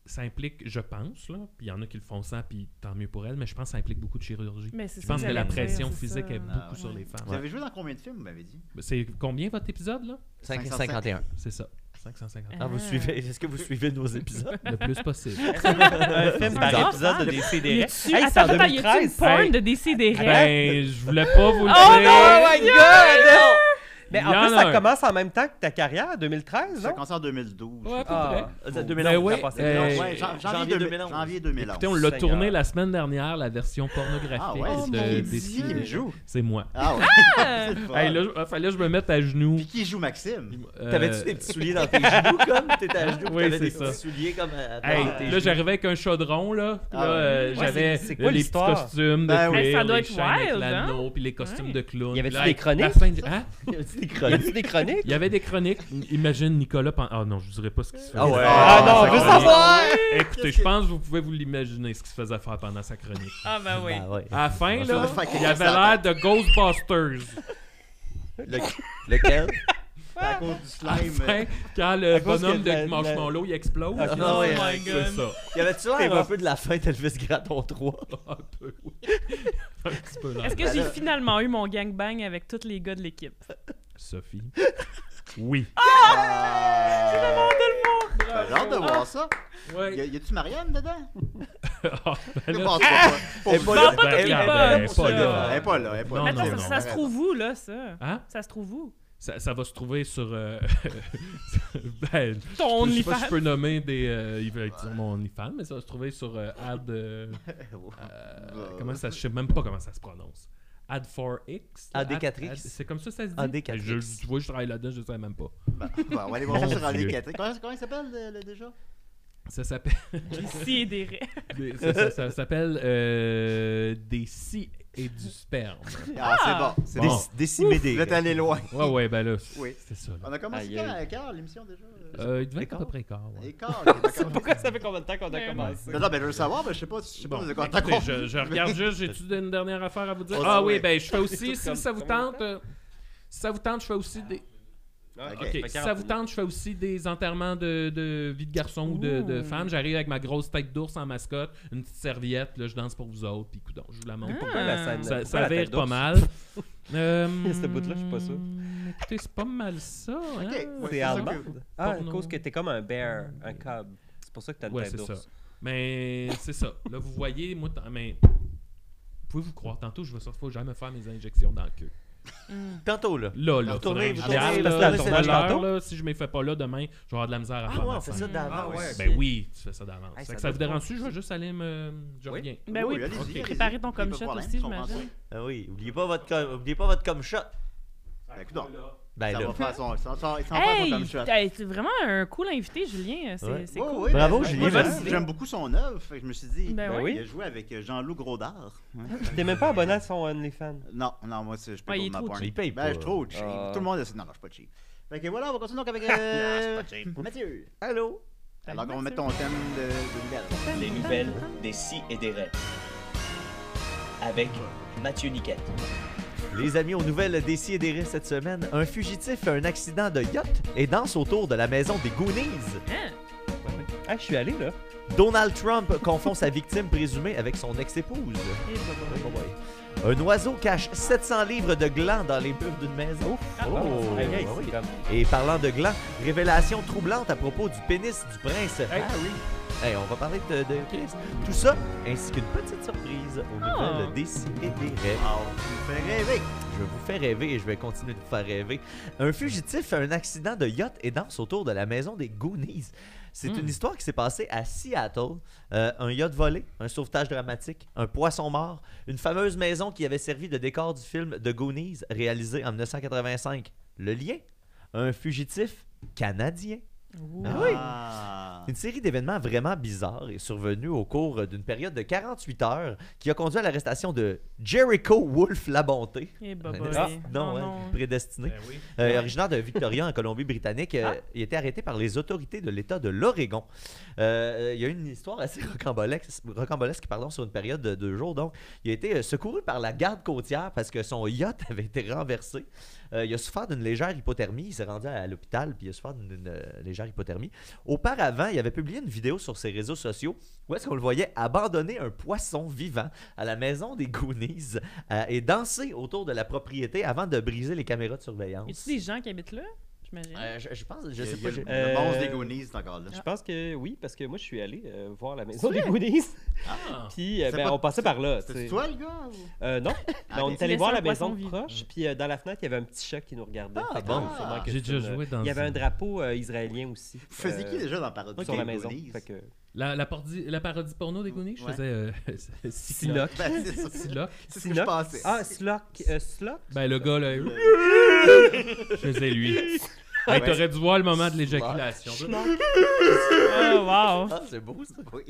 ça implique, je pense, là, puis il y en a qui le font sans, puis tant mieux pour elles, mais je pense que ça implique beaucoup de chirurgie. Mais c'est Je ça pense que la j'allais dire, pression c'est physique ça. est beaucoup ouais. sur les Vous femmes. avez joué dans combien de films, vous m'avez dit? C'est combien votre épisode, là 551. C'est ça, 550. Ah, vous Ah. suivez, est-ce que vous suivez nos épisodes? Le plus possible. un film bizarre. par épisode de DCDR. Tu- Attends, attends, y a-tu une porn Hey. de décider ben, je voulais pas vous le Oh dire. my god! non! Mais Il y en plus, en a un. ça commence en même temps que ta carrière, 2013, Ça non? a commencé en 2012. Ouais, je crois. à peu près. Ah, c'est Ben 2011, oui, ça passait. euh, Ouais, jan- Janvier janvier 2011. 2011. Janvier 2011. Écoutez, on l'a Seigneur. tourné la semaine dernière, la version pornographique Ah ouais, c'est de qui- des c'est qui qui me joue? C'est moi. Ah ouais. C'est le fun. Hey, là, je- fallait que je me mette à genoux. Puis qui joue Maxime? Euh, T'avais-tu des petits souliers dans tes genoux comme T'étais à genoux, Oui, t'avais c'est des ça. petits souliers comme. à- à- Hey, dans Ah, tes là, genoux. j'arrivais avec un chaudron, là. Puis Ah là, euh, ouais. j'avais c'est- c'est quoi euh, les petits l'histoire? costumes de Ben oui. cuir, Ça doit les être chaînes avec wild, hein? l'anneau, puis les costumes Ouais. de clown. Y avait-tu Là, des la chroniques? fin de- Hein? Il y a des Y chroniques. a-tu des chroniques? Il y avait des chroniques. Imagine Nicolas. Pan- Ah non, je dirais pas ce Euh, qu'il se faisait. Ah ouais. Ah non, ça je veux va. savoir! Eh, Écoutez, je pense que vous pouvez vous l'imaginer ce qu'il se faisait faire pendant sa chronique. Ah ben oui. Ah ouais. À la fin, Ça là, va faire il avait quelqu'un l'air de Ghostbusters. Le- lequel? à cause du Ah, slime. Enfin, quand le cause bonhomme que la- de Marshmallow il explose. Ah, oh ouais, my god. C'est ça. Y avait-tu l'air un peu de la fin d'Elvis Graton 3? Un peu, Ah, oui. Un petit peu ben, là. Est-ce que j'ai finalement eu mon gangbang avec tous les gars de l'équipe? Sophie. Oui. Ben, Ah. J'ai hâte de voir ça. Ouais. Y a- y a-tu Marianne dedans? Ah, ben Je là, pense pas. Elle est pas là. pas Elle- toutes les elle- bonnes, elle est ça. pas là. Elle est pas là. Elle est pas Non, là. Attends, ça, non. ça se trouve où, là, ça? Hein? Ça se trouve où? Ça, ça va se trouver sur. euh, ben, Ton je sais pas si je OnlyFans. peux nommer des. euh, il va être sur mon OnlyFans, mais ça va se trouver sur euh, Ad. euh, euh, comment ça, je sais même pas comment ça se prononce. Ad4X là, AD4X. Ad- C'est comme ça ça se dit AD4X. Je- Tu vois, je travaille là-dedans, je sais même pas. Ben, ben, on va aller voir ça Mon sur Radio Dieu. 4. Comment, comment il s'appelle le- le- déjà? Ça s'appelle. Ici et des raies. des- ça ça- ça s'appelle. euh, des scies et du sperme. Ah, c'est bon. C'est Bon. bon. Décimé Vous des. êtes allé loin. Ouais, ouais, ben là. c'est- Oui. C'est ça. là. On a commencé Aïe, quand, aïe. à quart l'émission déjà? Euh, il devait être à peu Écart? près quart. ouais. Et quart, ok, d'accord. Pourquoi ça fait combien de temps qu'on a Mais commencé? Non, non, ben je veux savoir, mais je sais pas, je sais pas, Bon, de quoi écoutez, je, je regarde juste, j'ai-tu une dernière affaire à vous dire? Oh, Ah oui. oui, ben je fais aussi, Tout comme- si ça vous comme on tente, euh, si ça vous tente, je fais aussi des... Ah, Ok. Ok, si ça vous tente, je fais aussi des enterrements de, de vie de garçon ou de, de Ouh. femme. J'arrive avec ma grosse tête d'ours en mascotte, une petite serviette, là je danse pour vous autres, puis coudon, je vous la montre. Ah. la scène- Ça, pourquoi ça la tête vire pas d'ours? mal. euh, hmm, Ce bout-là, je suis pas sûr. Écoutez, c'est pas mal ça. hein? ouais, C'est ça allemand. Ben s'occupe. Ah, à Porno. cause que t'es comme un bear, un cub. C'est pour ça que t'as le Ouais, tête c'est ça. d'ours. Mais c'est ça. Là, vous voyez, moi, t- mais... Pouvez-vous croire, tantôt, je vais sortir, faut jamais faire mes injections dans le queue. Tantôt, là. Là, là, Vous faudrait tournez, que je vous regarde, tournez, là, parce que la le tournage tourneur, tantôt. là, si je ne fais pas là demain, je vais avoir de la misère à Ah faire ouais, ma on fait scène. ça d'avance. Ah ouais. Ben oui, tu fais ça d'avance. Hey, Fait ça que ça vous doit être dérange-tu? Je vais juste aller me... Je Oui. reviens. Ben oui, Oui, allez-y, préparer allez-y. préparer ton Il y a comme pas de shot problème, aussi, ils sont j'imagine. rentrés. Ah oui, oubliez pas votre com, oubliez pas votre com shot. Ben, écoute donc, Ben ça là. va faire son, ça va- ça va faire son Hey, comme shot. hey, c'est vraiment un cool invité, Julien. C'est Ouais. c'est Ouais, cool. ouais, Bravo, ben, Julien, moi, j'aime- merci. J'aime beaucoup son œuvre, fait que je me suis dit, Ben Ben oui. il a joué avec euh, Jean-Loup Grosdard. Ouais. T'es même pas abonné à son OnlyFans. Non, non, moi, c'est- je paye Ouais, il est pour ma trop porn. cheap. Il paye ben, pas. je suis trop cheap. Ah. Tout le monde a... Non, non, je suis pas cheap. Fait que voilà, on va continuer donc avec euh, Mathieu. Allô? Alors qu'on Mathieu. va mettre ton thème de, de nouvelles. Les nouvelles des si et des rêves. Avec Mathieu Niquette. Les amis, aux nouvelles des et des Rires cette semaine, un fugitif fait un accident de yacht et danse autour de la maison des Goonies. Hein? Ah, je suis allé là. Donald Trump confond sa victime présumée avec son ex-épouse. Oh, Eh, bah, bah, bah. Un oiseau cache 700 livres de gland dans les murs d'une maison. Ah, bon, c'est vrai, ah oui. c'est comme- Et parlant de gland, révélation troublante à propos du pénis du prince. Ah oui. Hey, on va parler de, de pénis. Tout ça, ainsi qu'une petite surprise aux Ah. nouvelles des si et des rêves. Ah, tu me fais rêver. Je vais vous faire rêver et je vais continuer de vous faire rêver. Un fugitif fait un accident de yacht et danse autour de la maison des Goonies. C'est une histoire qui s'est passée à Seattle. Euh, un yacht volé, un sauvetage dramatique, un poisson mort, une fameuse maison qui avait servi de décor du film The Goonies réalisé en 1985. Le lien Un fugitif canadien. Ah oui. Ah. Une série d'événements vraiment bizarres est survenue au cours d'une période de 48 heures qui a conduit à l'arrestation de Jericho Wolf Labonté. Eh, bah, Un bah, Ah, oui. non, hein, non. prédestiné. Ben oui. Euh, originaire de Victoria, en Colombie-Britannique, euh, il était arrêté par les autorités de l'État de l'Oregon. Euh, il y a eu une histoire assez rocambolesque, rocambolesque, pardon, sur une période de deux jours. Donc, il a été euh, secouru par la garde côtière parce que son yacht avait été renversé. Euh, il a souffert d'une légère hypothermie. Il s'est rendu à l'hôpital puis il a souffert d'une d'une, euh, légère hypothermie. Auparavant, il avait publié une vidéo sur ses réseaux sociaux où est-ce qu'on le voyait abandonner un poisson vivant à la maison des Goonies euh, et danser autour de la propriété avant de briser les caméras de surveillance. Y a-tu des gens qui habitent là? J'imagine. Euh, je, je pense, je Je sais sais pas. le, j'ai- le monstre Euh, des Goonies, c'est encore là. Je pense que oui, parce que moi, je suis allé euh, voir la maison des Goonies. Puis, euh, C'est ben, pas- on passait par là. tu C'est sais. toi le gars ou... Euh, non, Ah, on ben, est tu allé laissais voir un la poisson maison vivant. proche, puis euh, dans la fenêtre, il y avait un petit chat qui nous regardait. Ah, Fait que bon. c'est sûrement que J'ai c'est déjà une- joué dans Il y avait un une- drapeau euh, israélien aussi. Vous faisiez euh, qui déjà dans Parodie sur la des maison. Goonies? Fait que- La, la, parodie, la parodie porno des Goonies, je Ouais. faisais... euh, Sinoc. Ben, c'est ça. Sinoc. C'est ce que je pensais. Ah, Slock. euh, Slock? Ben le gars, là... Le- Je faisais lui. Hey, T'aurais dû voir le moment de l'éjaculation. Oh, wow. Ah, c'est beau ça. Oui.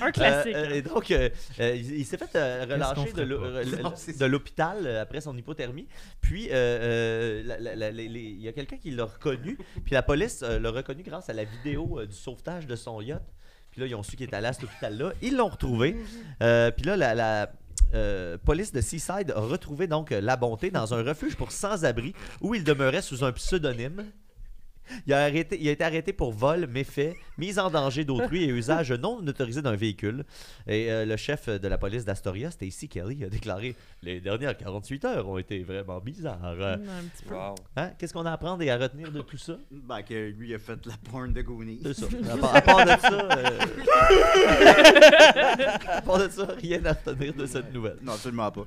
Un classique. Euh, euh, hein. et donc, euh, euh, il, il s'est fait euh, qu'on relâcher de ferait l'hô- pas? euh, le- Non, c'est de l'hôpital euh, après son hypothermie. Puis, euh, euh, la- la- la- les- les- il y a quelqu'un qui l'a reconnu. Puis la police euh, l'a reconnu grâce à la vidéo euh, du sauvetage de son yacht. Puis là, ils ont su qu'il était allé à cet hôpital-là. Ils l'ont retrouvé. Euh, puis là, la, la- euh, police de Seaside a retrouvé donc euh, la bonté dans un refuge pour sans-abri où il demeurait sous un pseudonyme. Il a, arrêté- il a été arrêté pour vol, méfait, mise en danger d'autrui et usage non autorisé d'un véhicule. Et euh, le chef de la police d'Astoria, Stacy Kelly, a déclaré Les dernières 48 heures ont été vraiment bizarres. Un petit peu. Wow. Hein? Qu'est-ce qu'on a à apprendre et à retenir de tout ça Ben, que lui, il a fait la porn de Goonies. C'est ça. À part, à part de ça, euh, à part de ça, rien à retenir de cette nouvelle. Non, absolument pas.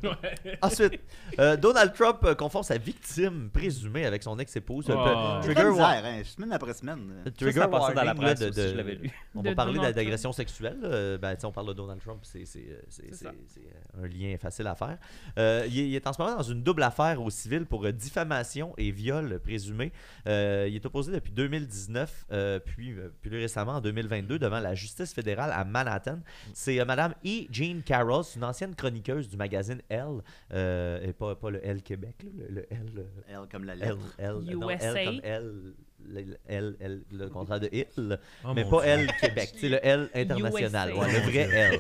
Ensuite, euh, Donald Trump euh, confond sa victime présumée avec son ex-épouse. Oh. Euh, C'est Trigger de la warning. misère, hein, semaine après semaine. Ça, Trigger ça passait dans la warning, là, presse de- aussi, de- je l'avais lu. On De va parler Donald d'a- d'agression sexuelle. euh, ben, tu sais, on parle de Donald Trump, c'est c'est, euh, c'est- C'est c'est- ça. c'est, euh, un lien facile à faire. Euh, il, est, il est en ce moment dans une double affaire au civil pour euh, diffamation et viol présumé. Euh, il est opposé depuis 2019, euh, puis euh, plus récemment en 2022 devant la justice fédérale à Manhattan. Mm. C'est euh, Madame E. Jean Carroll, c'est une ancienne chroniqueuse du magazine Elle, euh, et pas, pas le Elle Québec, là, le, le Elle. euh, Elle, comme la L, lettre. L, non, L USA. comme L, L, L, L, le contrat de il, Oh, mais mon pas Dieu. Oh L Québec, c'est le L international, USA. ouais, le vrai L.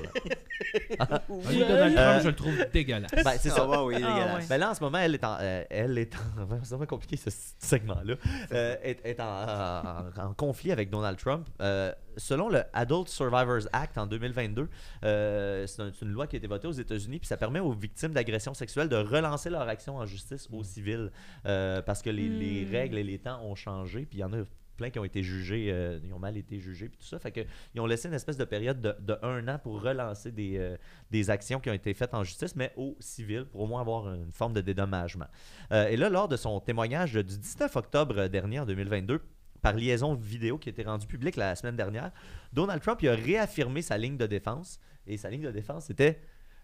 Ah, lui, Euh, Donald Trump, je le trouve dégueulasse. Ben, c'est ça. va, oui, Ah, dégueulasse. ouais. Ben là, en ce moment, elle est en. euh, elle est en. vraiment, C'est vraiment compliqué ce s- segment-là. Euh, est est en, en- en conflit avec Donald Trump. Euh, selon le Adult Survivors Act en 2022, euh, c'est un- c'est une loi qui a été votée aux États-Unis, puis ça permet aux victimes d'agressions sexuelles de relancer leur action en justice au civil. euh, parce que les, les Hmm. règles et les temps ont changé, puis il y en a plein qui ont été jugés, euh, ils ont mal été jugés, puis tout ça. Fait que ils ont laissé une espèce de période de, de un an pour relancer des, euh, des actions qui ont été faites en justice, mais au civil, pour au moins avoir une forme de dédommagement. Euh, et là, lors de son témoignage du 19 octobre dernier, en 2022, par liaison vidéo qui a été rendue publique la semaine dernière, Donald Trump il a réaffirmé sa ligne de défense. Et sa ligne de défense, c'était.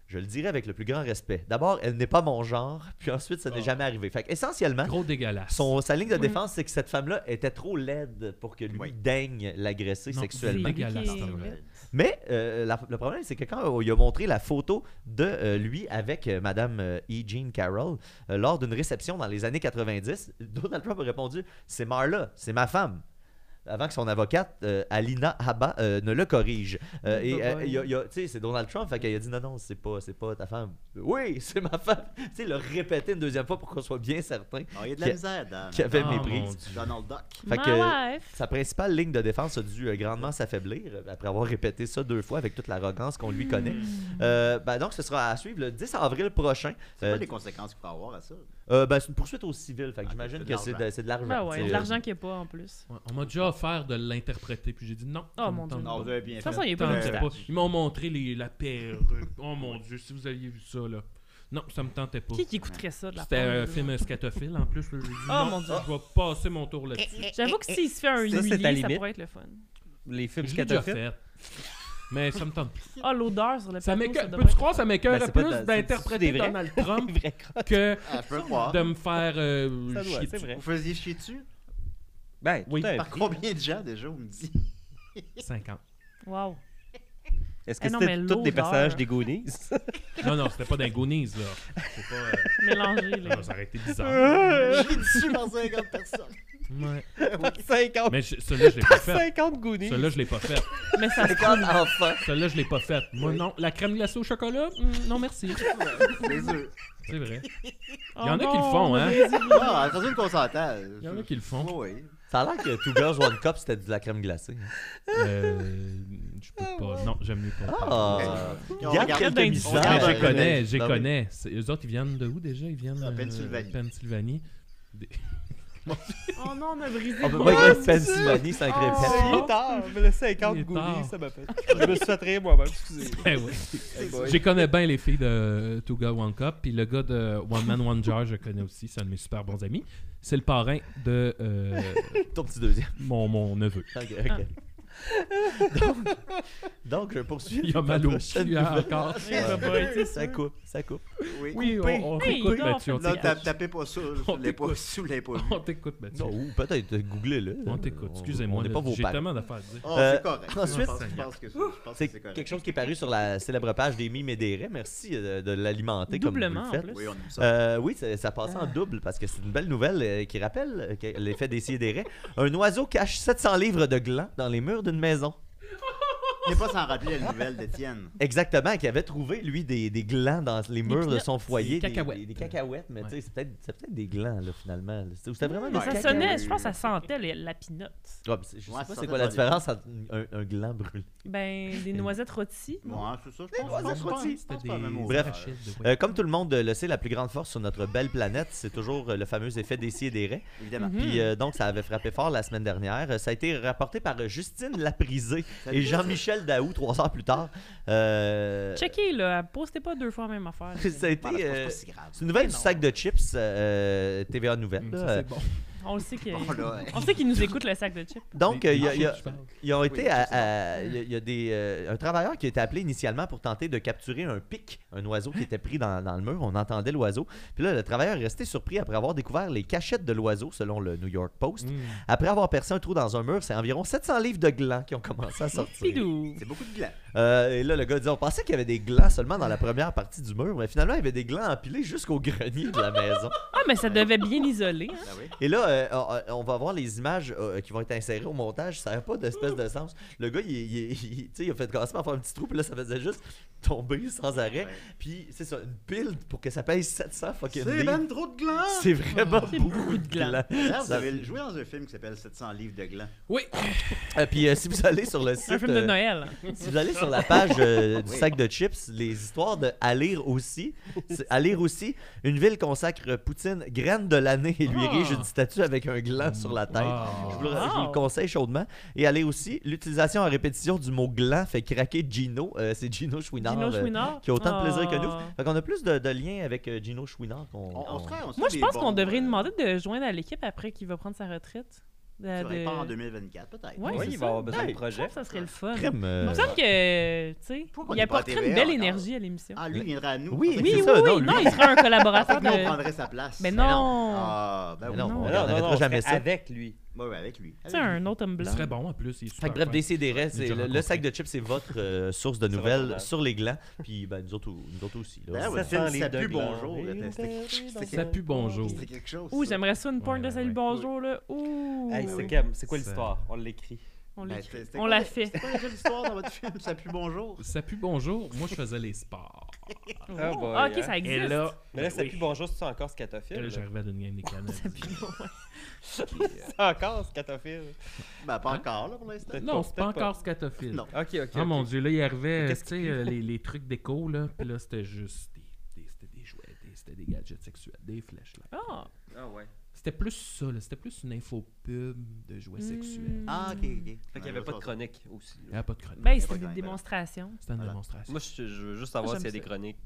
Je le dirais avec le plus grand respect. D'abord, elle n'est pas mon genre, puis ensuite, ça n'est Oh. jamais arrivé. Fait essentiellement, Gros dégueulasse. son, sa ligne de Oui. défense, c'est que cette femme-là était trop laide pour que lui Oui. daigne l'agresser Non, sexuellement. c'est dégueulasse, Ok. c'est vrai. Mais euh, la- le problème, c'est que quand on lui a montré la photo de euh, lui avec euh, Madame euh, E. Jean Carroll euh, lors d'une réception dans les années 90, Donald Trump a répondu C'est Marla, c'est ma femme. Avant que son avocate, euh, Alina Haba, euh, ne le corrige. Euh, et euh, il y a- il y a- tu sais, c'est Donald Trump, fait qu'il a dit non, non, c'est pas, c'est pas ta femme. Oui, c'est ma femme. Tu sais, il l'a répété une deuxième fois pour qu'on soit bien certain Ah, il y a de la Qui- misère dans qu'il avait Oh, mon méprise. Dieu. Donald Duck. Fait My que- wife. Sa principale ligne de défense a dû euh, grandement s'affaiblir euh, après avoir répété ça deux fois avec toute l'arrogance qu'on lui connaît. Euh, ben donc, ce sera à suivre le 10 avril prochain. C'est Euh, pas les conséquences qu'il peut avoir à ça. euh, ben, c'est une poursuite au civil, fait que Ah, j'imagine c'est de que c'est de, l'argent. c'est de l'argent. Ben tu ouais, sais, de l'argent euh, qu'il n'y a pas en plus. Ouais, on m'a déjà offert de l'interpréter, puis j'ai dit non. Oh, ça me mon tente Dieu. pas. Non, vous avez bien De toute façon, fait. il est pas Ça me dans Euh, le tentait staff. pas. Ils m'ont montré les- la perruque. Oh mon dieu, si vous aviez vu ça là. Non, ça me tentait pas. Qui qui écouterait ça de la C'était part un de- film scatophile en plus. là, J'ai dit, Oh, non, mon Dieu. je vais passer mon tour là-dessus. J'avoue que s'il se fait un Ça, c'est humilier, ta ça, limite. pourrait être le fun. Les films Je l'ai déjà scatophiles. fait. Mais ça me tente plus. Ah, l'odeur sur le Ça plateau, m'écoeure. doit Peux-tu être- croire, ça m'écoeure Ben, c'est pas de- plus c'est- c'est d'interpréter des vrais. Donald Trump Vrai crotte. que Ah, je peux croire. de me faire euh, Ça doit, chier c'est dessus. vrai. Vous faisiez chier dessus? Ben, Oui. tout Eh à Par fait. combien de gens déjà, on me dit? 50. Wow. Est-ce Eh que non, mais c'était tous des l'odeur. personnages des Goonies? Non, non, c'était pas d'un Goonies, là. C'est pas. euh, Mélangé, là. non, ça aurait été bizarre. Chier dessus par 50 personnes. Ouais. 50, Mais je- celui-là, je l'ai pas fait. 50 Goonies. Celui-là, je l'ai pas fait. Mais ça se euh, Comme enfant. Celui-là, je l'ai pas fait. Moi, non. La crème glacée au chocolat, Hum, non, merci. C'est sûr. C'est vrai. Il y en a qui le font, hein. Ah, ça qu'on s'entend. Il y en a qui le font. Oui. Ça a l'air que Two Girls One Cup, c'était de la crème glacée. Euh, je peux Ah, pas. Non, j'aime mieux pas. Ah! Ils ont Il y a regardé- quelques on mystères. Mais Ah, je connais, je Non, mais- connais. C'est- Eux autres, ils viennent de où déjà Ils viennent Ah, euh, Pennsylvanie. Pennsylvanie. Des- Oh non, on a brisé. On peut le pas bras. écrire Pennsylvanie sans écrire Oh. Pennsylvanie. Il est tard, mais le 50 Il est Goonies, tard. ça m'a fait. Je me suis fait rire moi-même, excusez. Eh oui. Je connais bien les filles de Two Guy One Cup. Puis le gars de One Man One Jar, je connais aussi. C'est un de mes super bons amis. C'est le parrain de euh, Ton petit deuxième. mon, mon neveu. Ok, ok. Ah. Donc, euh, donc, je poursuis. Il a mal au cul hein, encore. Il va pas être, Ah, c'est Ça sûr. coupe, ça coupe. Oui, on, on Hey, t'écoute, non, Mathieu. On faites Non, t'écoute. tap- tapez pas ça On sous les pas- t'écoute. sous les pas. On t'écoute, Mathieu. Non, ou peut-être, euh, googlez-le. On t'écoute. Excusez-moi. On n'est là, pas vos J'ai parents. tellement d'affaires à dire. Oh, Euh, c'est correct. ensuite- je pense, je pense que c'est- je pense que C'est c'est correct. quelque chose qui est paru sur la célèbre page des mimes et des raies. Merci euh, de l'alimenter comme vous le Doublement, en faites. plus. Oui, on aime ça. Euh, oui, ça, ça passait en double parce que c'est une belle nouvelle euh, qui rappelle euh, que- l'effet des et des raies. Un oiseau cache 700 livres de gland dans les murs d'une maison. n'est pas sans rappeler la nouvelle d'Étienne. Exactement, qui avait trouvé, lui, des, des glands dans les murs de peanuts, son foyer. des des- cacahuètes. Des, des cacahuètes, mais Ouais. tu sais, c'est peut-être c'est peut-être des glands, là, finalement. là. C'était- C'était vraiment Mais des Ça cacahuètes. sonnait, je pense que ça sentait le- la pinotte. Ouais, mais c'est- je sais Ouais, pas ça c'est sentait quoi la pas différence entre un, un gland brûlé. Ben, des noisettes rôties. non? Moi, c'est ça, je pense. noisettes je pense pas, rôties, je C'était pense pas à la même des- chose. Bref. Rachid de Wayne. Euh, comme tout le monde le sait, la plus grande force sur notre belle planète, c'est toujours euh, le fameux effet des et des raies. évidemment. Mhm. Ah, Puis euh, donc, ça avait frappé fort la semaine dernière. Euh, Ça a été rapporté par euh, Justine Laprisé Salut, et Jean-Michel Daou trois heures plus tard. Euh, Checkez, là, postez pas deux fois la même affaire. ça a été. Voilà, Ah, c'est pas- c'est euh, pas si grave. c'est une nouvelle du sac de chips euh, TVA Nouvelle. Ça, là. c'est bon. On le sait qu'il Bon, là, hein. on sait qu'il nous écoute le sac de chips. Donc, Des- euh, des il y a- il y a- chips, je parle. ils ont été Oui, à- je sais à- il y a- il y a des, euh, un travailleur qui a été appelé initialement pour tenter de capturer un pic, un oiseau qui était pris dans, dans le mur. On entendait l'oiseau. Puis là, le travailleur est resté surpris après avoir découvert les cachettes de l'oiseau, selon le New York Post. Mm. Après avoir percé un trou dans un mur, c'est environ 700 livres de glands qui ont commencé à sortir. Pidou. C'est beaucoup de gland. Euh, et là, le gars dit on pensait qu'il y avait des glands seulement dans la première partie du mur, mais finalement, il y avait des glands empilés jusqu'au grenier de la maison. Ah, mais ça devait bien isoler. hein. Ah oui. Et là, euh, on- on va voir les images euh, qui vont être insérées au montage. Ça n'a pas d'espèce de sens. Le gars, il, il- il- tu sais, il a fait commencer à faire un petit trou, puis là, ça faisait juste tomber sans arrêt. Ouais. Puis, c'est ça, une pile pour que ça pèse 700 fucking C'est livres. ben trop de gland. C'est vraiment C'est beaucoup, beaucoup de de gland. gland. D'ailleurs, Vous Ça- avez joué dans un film qui s'appelle 700 livres de gland. Oui, Euh, puis, euh, si vous allez sur le site, Un film de euh, Noël. si vous allez sur la page euh, du Oui. sac de chips, les histoires de À lire aussi, c'est À lire aussi, une ville consacre Poutine graine de l'année et lui Ah. érige une statue avec un gland sur la tête. Ah. Wow. Je vous, le, je Wow. vous le conseille chaudement. Et allez aussi, l'utilisation à répétition du mot gland fait craquer Gino. Euh, c'est Gino Chouinard, Dino euh, Chouinard. qui a autant de plaisir que Ah. nous. Fait qu'on a plus de, de liens avec euh, Gino Chouinard qu'on. On, on on- serait- on serait Moi, je des pense bons, qu'on devrait euh, demander de joindre à l'équipe après qu'il va prendre sa retraite. De- Tu de- répares en 2024, peut-être. Ouais, Oui, c'est il va ça. avoir besoin de Ouais, je projet. pense que ça serait le fun. Crème, Il euh, me semble que, tu sais, Pourquoi qu'on il est pas à apporterait une TVA belle encore? énergie à l'émission. Ah, lui, il viendrait à nous. Oui, En fait, c'est Oui, oui, ça, non, oui. lui- Non, il serait un En fait, collaborateur nous, on de... prendrait sa place. Ah, ben, Mais non! Ah, ben Mais oui. non, Ouais, on n'arrêtera jamais c'est ça. Avec lui. ouais, avec lui. Tu sais, un autre homme il blanc. serait bon en plus. il est Fait super que bref, fin. des J'ai déjà le, le rencontré. sac de chips, c'est votre euh, source de C'est nouvelles vraiment. sur les glands. Puis ben, nous, autres, nous autres aussi. là. Ben Ça- ouais, Ça sent ça, les ça deux pue glands. bonjour. là, Et c'était- C'était Ça pue bonjour. c'était quelque chose. Ouh, ça. j'aimerais ça une porn de Ouais, salut ouais. bonjour, là. Ouh! Hey, c'est oui. comme- c'est quoi Ça- l'histoire? On l'écrit. On Ben, l'écrit. c'était- c'était On quoi l'a le- fait. C'était quoi déjà l'histoire dans votre film? Ça pue bonjour. Ça pue bonjour. Moi, je faisais les sports. Ah, Oh, boy, ah, hein. ok, ben ça existe. Et là, Mais là, c'est oui. plus bonjour, c'est encore Et là, scatophile. j'arrivais à une game des canettes. Ça pue bon, ouais. C'est encore scatophile. Ben, pas encore, là, pour l'instant. Non, c'est pas Peut-être pas. encore scatophile. Non. Ok, ok. Ah mon dieu, là, il arrivait, euh, Qu'est-ce tu sais, euh, les, les trucs d'écho, là, puis là, c'était juste des, des- c'était des jouets, des- c'était des gadgets sexuels, des flashlights. Ah! Ah ouais. C'était plus ça, là, c'était plus une infopub de jouets sexuels. Hmm. Ah, ok, ok. Fait qu'il n'y avait pas de chronique aussi. Il n'y avait pas de chronique. Ben, pas c'était grand- des démonstrations. C'était une Voilà. démonstration. Moi, je, je veux juste savoir J'aime s'il y a des ça. chroniques.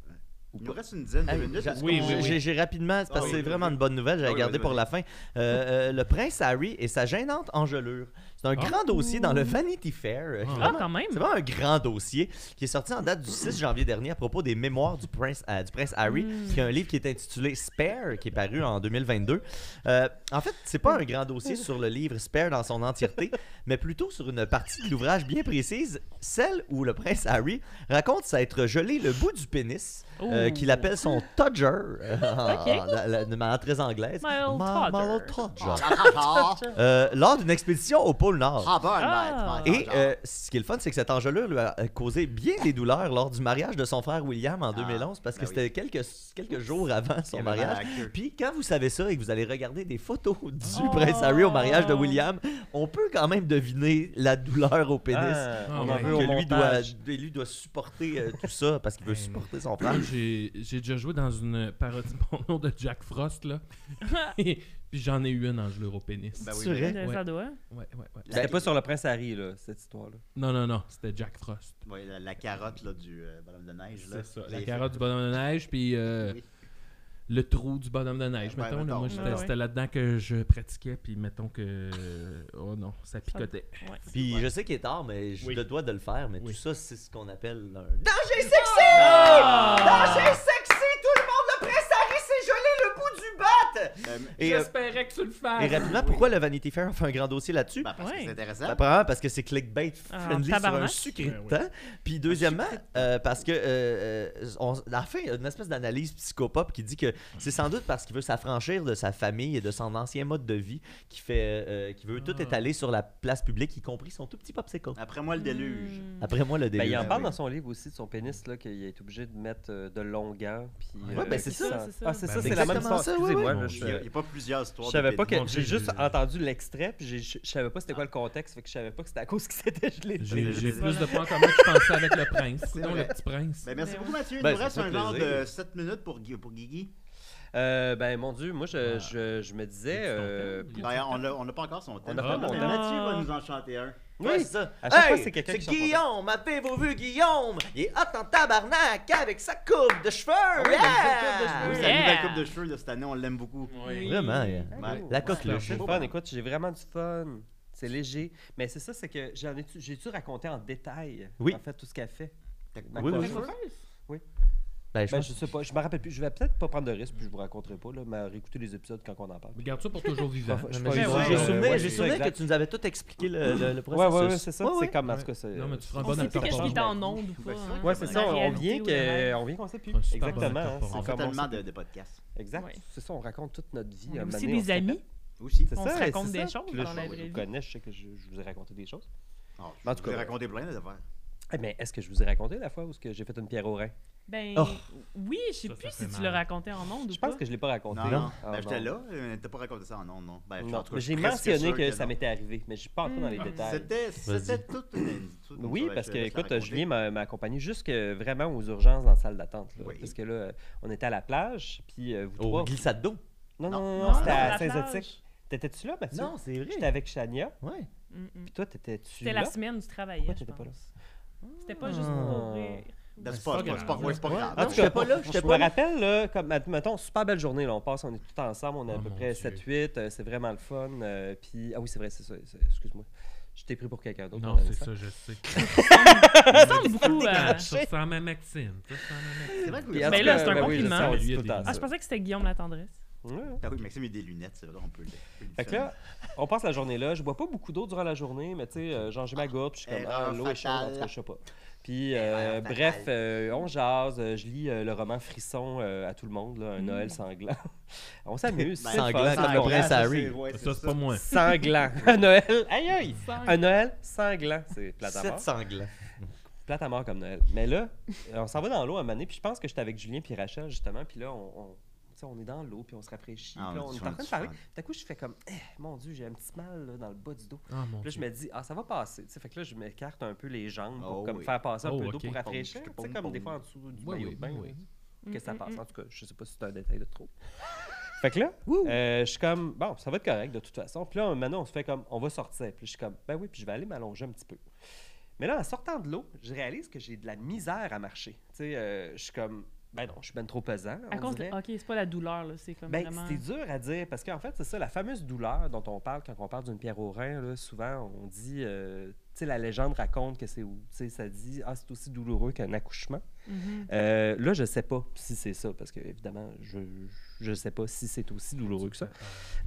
Il nous reste une dizaine de Hey, minutes. j'a- parce oui, qu'on- oui, j'ai- j'ai rapidement, c'est parce Ah que oui, c'est oui, vraiment oui. une bonne nouvelle, Ah j'avais oui, gardé vas-y, pour vas-y. la fin. Euh, euh, le prince Harry et sa gênante engelure. C'est un Ah. grand dossier dans le Vanity Fair. euh, Ah. qui est Ah, vraiment- quand même! C'est vraiment un grand dossier qui est sorti en date du 6 janvier dernier à propos des mémoires du prince, euh, du prince Harry, Mm. qui est un livre qui est intitulé Spare, qui est paru en 2022. Euh, en fait, c'est pas un grand dossier sur le livre Spare dans son entièreté, mais plutôt sur une partie de l'ouvrage bien précise, celle où le prince Harry raconte s'être gelé le bout du pénis, euh, Oh. qu'il appelle son Todger, euh, en- Ok. en- la- la- de manière très anglaise. My old My- my Todger. old Todger. Ah, Euh, lors d'une expédition au pôle Nord. Ah, ben, Ah. ben, ben, Et ben, euh, ce qui est le fun, c'est que cette engelure lui a euh, causé bien des douleurs lors du mariage de son frère William en Ah, 2011, parce que ben c'était quelques, quelques jours avant son ben, mariage. ben, ben, Puis quand vous savez ça et que vous allez regarder des photos du Oh. prince Harry au mariage de William, on peut quand même deviner la douleur au pénis. Ah, Ah, on en ouais. veut Que au lui doit, montage. lui doit supporter euh, tout ça parce qu'il veut Ben, supporter son frère. Moi, J'ai j'ai déjà joué dans une parodie mon nom de Jack Frost, là. puis j'en ai eu une en geleur au pénis. Ben oui, C'est vrai? Ça Ouais. doit. Ouais, ouais, ouais. C'était pas sur le prince Harry, là, cette histoire-là. Non, non, non, c'était Jack Frost. Ouais, la, la carotte là, du euh, bonhomme de neige. là. C'est ça, la Les- carotte du bonhomme de neige, puis euh, Oui. le trou du bonhomme de neige. Ben, Ouais, mettons, là, mettons. moi, Ouais, j'étais- Ah ouais. c'était là-dedans que je pratiquais, puis mettons que. Oh non, ça picotait. Ouais. Puis je sais qu'il est tard, mais je Oui. le dois de le faire. Mais Oui. tout ça, c'est ce qu'on appelle un Ah! Ah! sexy, tout le monde le presse Harry s'est gelé le bout du bat! Euh, Et, euh, J'espérais que tu le Ah, et fasses. rapidement, pourquoi le Vanity Fair a fait un grand dossier là-dessus? ben, parce que Ouais. c'est intéressant. Ben, premièrement, parce que c'est clickbait Ah, friendly sur un tabarnak. sucré de Ben oui. temps. Puis deuxièmement, euh, parce que euh, euh, on, à la fin, il y a une espèce d'analyse psychopop qui dit que c'est sans doute parce qu'il veut s'affranchir de sa famille et de son ancien mode de vie qui fait euh, qui veut Ah. tout étaler sur la place publique, y compris son tout petit popsicle. Après Hmm. moi, le déluge. Après moi, le Ben, délire. il en Ah. Ben parle oui. dans son livre aussi de son pénis là qu'il est obligé de mettre euh, de longs gants puis Ouais, ben, c'est qu'il sent- ça, c'est ça. Ah, c'est ça, Ben, c'est c'est la même exactement histoire. ça, ouais, Excusez-moi, ouais. là, Il n'y a, il y je euh, a pas plusieurs histoires. je de savais pas pénis. que Mon Dieu, j'ai juste j'ai- entendu l'extrait puis j'ai- je je savais pas c'était quoi le contexte, fait que je savais pas que c'était à cause qu'il s'était gelé. J'ai j'ai C'est plus de points en commun que je pensais avec le prince. Non, le vrai. petit prince. Ben, merci Ben beaucoup, Mathieu. Il Ben, nous ça reste fait un genre plaisir. de 7 minutes pour, Gui- pour Guigui. Euh, ben mon dieu, moi je, je, je me disais C'est-tu ton euh, thème? puis- Ben, on n'a on n'a pas encore son thème. n'a pas Ah, mon ben, thème. Mathieu va nous en chanter un. Ouais, Oui. c'est ça. À chaque fois, c'est quelqu'un qui s'en Guillaume, avez-vous vu Guillaume? Il est hot en tabarnak avec sa coupe de cheveux! yeah! Oui, Yeah! sa nouvelle coupe de cheveux de cette année, on l'aime beaucoup. Vraiment, hein. yeah. Ouais. hein. la coqueluche. J'ai du fun, écoute, j'ai vraiment du fun. C'est léger. Mais c'est ça, c'est que j'en ai-tu- j'ai-tu raconté en détail, Oui. en fait, tout ce qu'elle fait? Ma Oui, coupe de oui. cheveux? Ben, je Ben, pense je sais pas, je me rappelle plus. Je vais peut-être pas prendre de risque, puis je vous raconterai pas, là, mais réécouter les épisodes quand on en parle. Garde ça pour toujours Ben, vivant. Mais je- J'ai ouais, ouais, j'ai souvenir, ouais, j'ai c'est souvenir ça, que tu nous avais tout expliqué le, le, le Ouais, processus. ouais, ouais, c'est ça. Ouais, c'est ouais. comme, en tout cas, c'est. Non, mais tu feras un On bon sait plus acteur qu'est-ce qui est porno. en onde ou pas. Ben, c'est hein. vrai Ouais, c'est La ça, on réalité vient ou le rêve. que, on vient qu'on sait plus. Un super bon Exactement. acteur hein, porno. c'est On fait comme on tellement sait- de, de podcasts. Exact. Ouais. C'est ça, on raconte toute notre vie. On à a un aussi moment donné, des amis. Aussi. C'est On ça, se c'est raconte ça. des choses Puis là, dans la je- vraie je vous vie. connais, je sais que je, je vous ai raconté des choses. Oh, je En tout vous ai cas, raconté plein d'affaires. Eh bien, est-ce que je vous ai raconté la fois où est-ce que j'ai fait une pierre au rein? Ben Oh. oui, je sais Ça, ça plus fait si tu mal. l'as raconté en ondes ou Je pense pas. que je l'ai pas raconté. Non, non. Ah, ben, j'étais non. là. euh, T'as pas raconté ça en non, non. Ben, je- Non, en tout cas, mais je j'ai suis presque mentionné sûr que, ça non. m'était arrivé, mais je suis pas entré dans les Hmm. détails. C'était Vas-y. c'était toute une. toute une Oui, chose à parce que, raconter. écoute, Julien m'a m'a accompagné jusque vraiment aux urgences dans la salle d'attente. là. Oui. Oh Parce que là, on était à la plage, puis euh, vous Au trois. glissade d'eau. Non, non, non, Non, non, non, c'était non, à la Saint-Zotique. T'étais-tu là, Mathieu? c'est J'étais avec Chania, Ouais. Mm, mm. puis toi, t'étais-tu C'était là? la semaine où tu travaillais. Pourquoi je t'étais pas là? Ah. pense. C'était pas juste pour rire. Ben, C'est pas C'est pas grave. C'est pas grave. ouais, c'est Ah ben, pas grave. En tout J'étais cas, pas là, j'étais je me pas là. rappelle, là, comme, ad- mettons, super belle journée, là, on passe, on est tout ensemble, on est à Oh, peu mon près Dieu. 7-8, euh, c'est vraiment le fun, euh, puis... Ah oui, c'est vrai, c'est ça, c'est- excuse-moi. Je t'ai pris pour quelqu'un d'autre. Non, on a c'est ça. ça, je sais. Ça ressemble beaucoup à. Ça ressemble à Maxime. Ça ressemble à Maxime. C'est vrai que Puis oui. en Mais tout là, cas, c'est un ben oui, compliment. ça, on dit Lui, il y a tout le des temps ça. Ah, je pensais que c'était Guillaume la tendresse. Ouais. Ah oui, Maxime, il a des lunettes, c'est vrai, on peut le. on peut le Fait que faire. là, on passe la journée là. Je bois pas beaucoup d'eau durant la journée, mais tu sais, euh, genre j'ai ma gorge, puis je suis comme, Erreur ah, l'eau est chaude, en fatale. tout cas, je sais pas. Puis, Erreur euh, fatale. bref, euh, on jase, euh, je lis euh, le roman Frisson euh, à tout le monde, là, un Mm. Noël sanglant. on s'amuse, Ben, c'est le fun, sanglant, ça comme me Prince ça, Harry. c'est- ouais, Ça, c'est pas moi. Sanglant. Un Noël, aïe aïe! Sang- Un Noël sanglant. C'est plate à mort. Sept sanglants. Plate à mort comme Noël. Mais là, euh, on s'en va dans l'eau un moment donné, puis je pense que j'étais avec Julien puis Rachel, justement, puis là, on... on- tu sais, on est dans l'eau, puis on se rafraîchit, Ah, puis là, mais on tu est fais en un train de petit parler. fun. Puis D'un coup, je fais comme, Eh, mon Dieu, j'ai un petit mal là, dans le bas du dos. Ah, mon Puis là, je Dieu. me dis, ah, ça va passer. Tu sais, fait que là, je m'écarte un peu les jambes pour Oh comme oui. faire passer un Oh, peu d'eau ok. pour rafraîchir. Pom, Tu sais, pom, comme des pom. fois en dessous du Oui, maillot oui, de bain, oui. là, que ça passe. mm. En tout cas, je sais pas si c'est un détail de trop. fait que là, euh, je suis comme, bon, ça va être correct de toute façon. Puis là, maintenant, on se fait comme, on va sortir. Puis je suis comme, ben oui, puis je vais aller m'allonger un petit peu. Mais là, en sortant de l'eau, je réalise que j'ai de la misère à marcher. Tu sais, euh, je suis comme, ben non, je suis ben trop pesant. on À cause de- dirait. Ok, c'est pas la douleur, là. C'est comme Ben, vraiment. c'était dur à dire parce qu'en fait, c'est ça, la fameuse douleur dont on parle quand on parle d'une pierre au rein, là, souvent on dit, euh, tu sais, la légende raconte que c'est où, tu sais, ça dit, ah, c'est aussi douloureux qu'un accouchement. Mhm. Euh, là, je sais pas si c'est ça parce que, évidemment, je, je sais pas si c'est aussi douloureux que ça.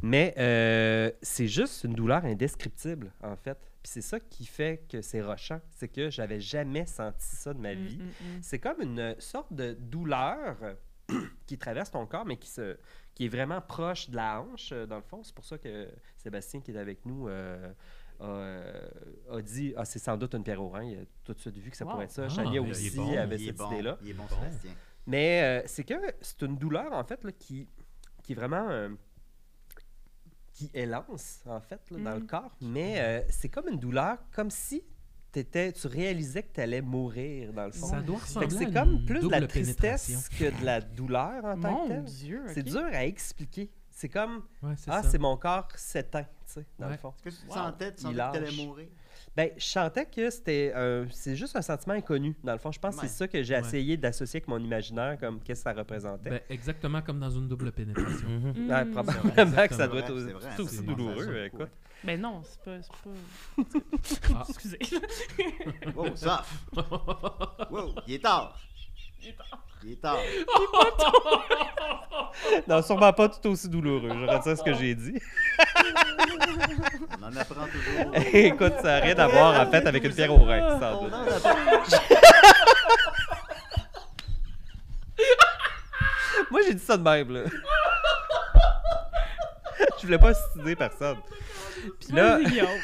Mais euh, c'est juste une douleur indescriptible, en fait. Puis c'est ça qui fait que c'est rochant, c'est que j'avais jamais senti ça de ma vie. Mm, mm, mm. C'est comme une sorte de douleur qui traverse ton corps, mais qui, se, qui est vraiment proche de la hanche, euh, dans le fond. C'est pour ça que Sébastien, qui est avec nous, euh, a, euh, a dit Ah, c'est sans doute une pierre au rein. Il a tout de suite vu que ça Wow. pourrait être ça. Ah, Chania il est aussi bon, avait Il est cette bon, idée-là. Il est bon, Bon. Sébastien. Mais euh, c'est que c'est une douleur, en fait, là, qui, qui est vraiment. euh, qui élance, en fait, là, dans Mm. le corps. Mais euh, c'est comme une douleur, comme si t'étais, tu réalisais que tu allais mourir, dans le fond. Ça doit Fait ressembler que à c'est une comme plus de la double pénétration. tristesse que de la douleur en tant Mon que telle. Dieu. C'est ok. dur à expliquer. C'est comme Ouais, c'est ah ça. c'est mon corps s'éteint, tu sais, dans le Ouais. fond. Est-ce que tu te Wow. sentais, tu Il sentais que t'allais lâche. mourir? Ben je sentais que c'était un- c'est juste un sentiment inconnu dans le fond. Je pense Ouais. que c'est ça que j'ai Ouais. essayé d'associer avec mon imaginaire comme qu'est-ce que ça représentait. Ben, exactement comme dans une double pénétration. Ouais, Mm. Hmm. C'est probablement vrai, que ça c'est doit être vrai, aussi, c'est vrai, tout aussi c'est douloureux. sensation, écoute. Ben non, c'est pas. c'est pas- Ah. Excusez. Wow, soft! wow, il est tard! Il est tard. Non, sûrement pas tout aussi douloureux. Je retiens ce que j'ai dit. On en apprend toujours. Écoute, ça n'a rien à voir en fait avec une pierre au rein, sans On doute. en apprend. Moi, j'ai dit ça de même, là. Je voulais pas assister personne. Puis là. Vas-y, Guillaume.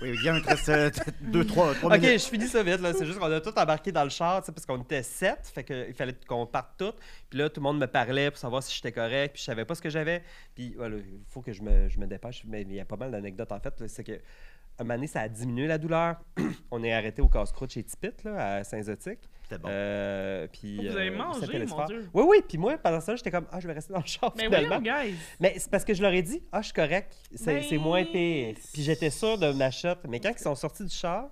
Oui, Guillaume, il te reste euh, deux, trois, trois Ok, minutes. je finis ça vite, là. C'est juste qu'on a tout embarqué dans le char, tu sais, parce qu'on était sept. Fait qu'il fallait qu'on parte toutes. Puis là, tout le monde me parlait pour savoir si j'étais correct. Puis je savais pas ce que j'avais. Puis voilà, il faut que je me, je me dépêche. Mais il y a pas mal d'anecdotes, en fait. là. C'est que. Un moment donné, ça a diminué la douleur. On est arrêté au casse-croûte chez Tipit, là, à Saint-Zotique. C'était bon. Euh, puis, Vous euh, avez on mangé, s'appelait mon l'espoir. Dieu. Oui, oui. Puis moi, pendant ça, j'étais comme, ah, je vais rester dans le char. Mais finalement. voyons, guys. Mais c'est parce que je leur ai dit, ah, je suis correct, c'est Ben, c'est moins pire. c'est- Puis j'étais sûr de ma shot. Mais quand ils sont sortis du char,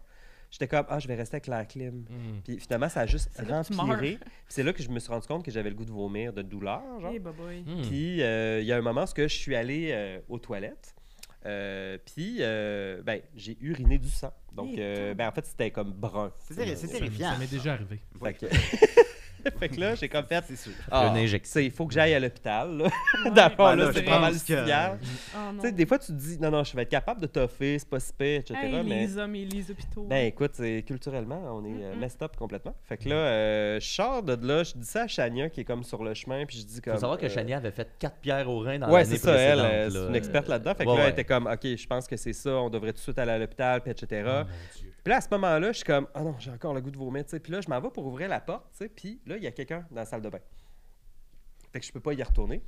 j'étais comme, ah, je vais rester avec la clim. Puis finalement, ça a juste C'est là que tu rempiré. meurs. Puis c'est là que je me suis rendu compte que j'avais le goût de vomir, de douleur. Genre. Eh, baboy. Puis euh, il y a un moment où je suis allé euh, aux toilettes. Euh, puis euh, ben, j'ai uriné du sang. Donc, Et euh, tout. ben, en fait, c'était comme brun. C'est terri- c'est terrifiant. Ça m'est déjà arrivé. Fait que... fait que là, j'ai comme fait. C'est sûr. Ah, Une injection. c'est- Il faut que j'aille à l'hôpital. là. Ouais. Dans le fond, Ben là, là, c'est je pas mal pense que- cigare. Oh, non. Tu sais, des fois, tu te dis, non, non, je vais être capable de toffer, c'est pas si pire, etc. Hey, mais. les Mm, hommes et les hôpitaux. Ben écoute, c'est- culturellement, on est euh, Mm-mm. messed up complètement. Fait que là, euh, je sors de là, je dis ça à Chania qui est comme sur le chemin, puis je dis comme. Faut savoir que euh, Chania avait fait 4 pierres au rein dans Ouais, l'année c'est ça, elle, précédente. euh, là. c'est une experte là-dedans. Fait que Ouais, là, ouais. elle était comme, OK, je pense que c'est ça, on devrait tout de suite aller à l'hôpital, puis etc. Oh, Puis là, à ce moment-là, je suis comme, ah non, j'ai encore le goût de vomir, tu sais. Puis là, je m'en vais pour ouvrir la porte, tu sais. Puis là, il y a quelqu'un dans la salle de bain. Fait que je peux pas y retourner.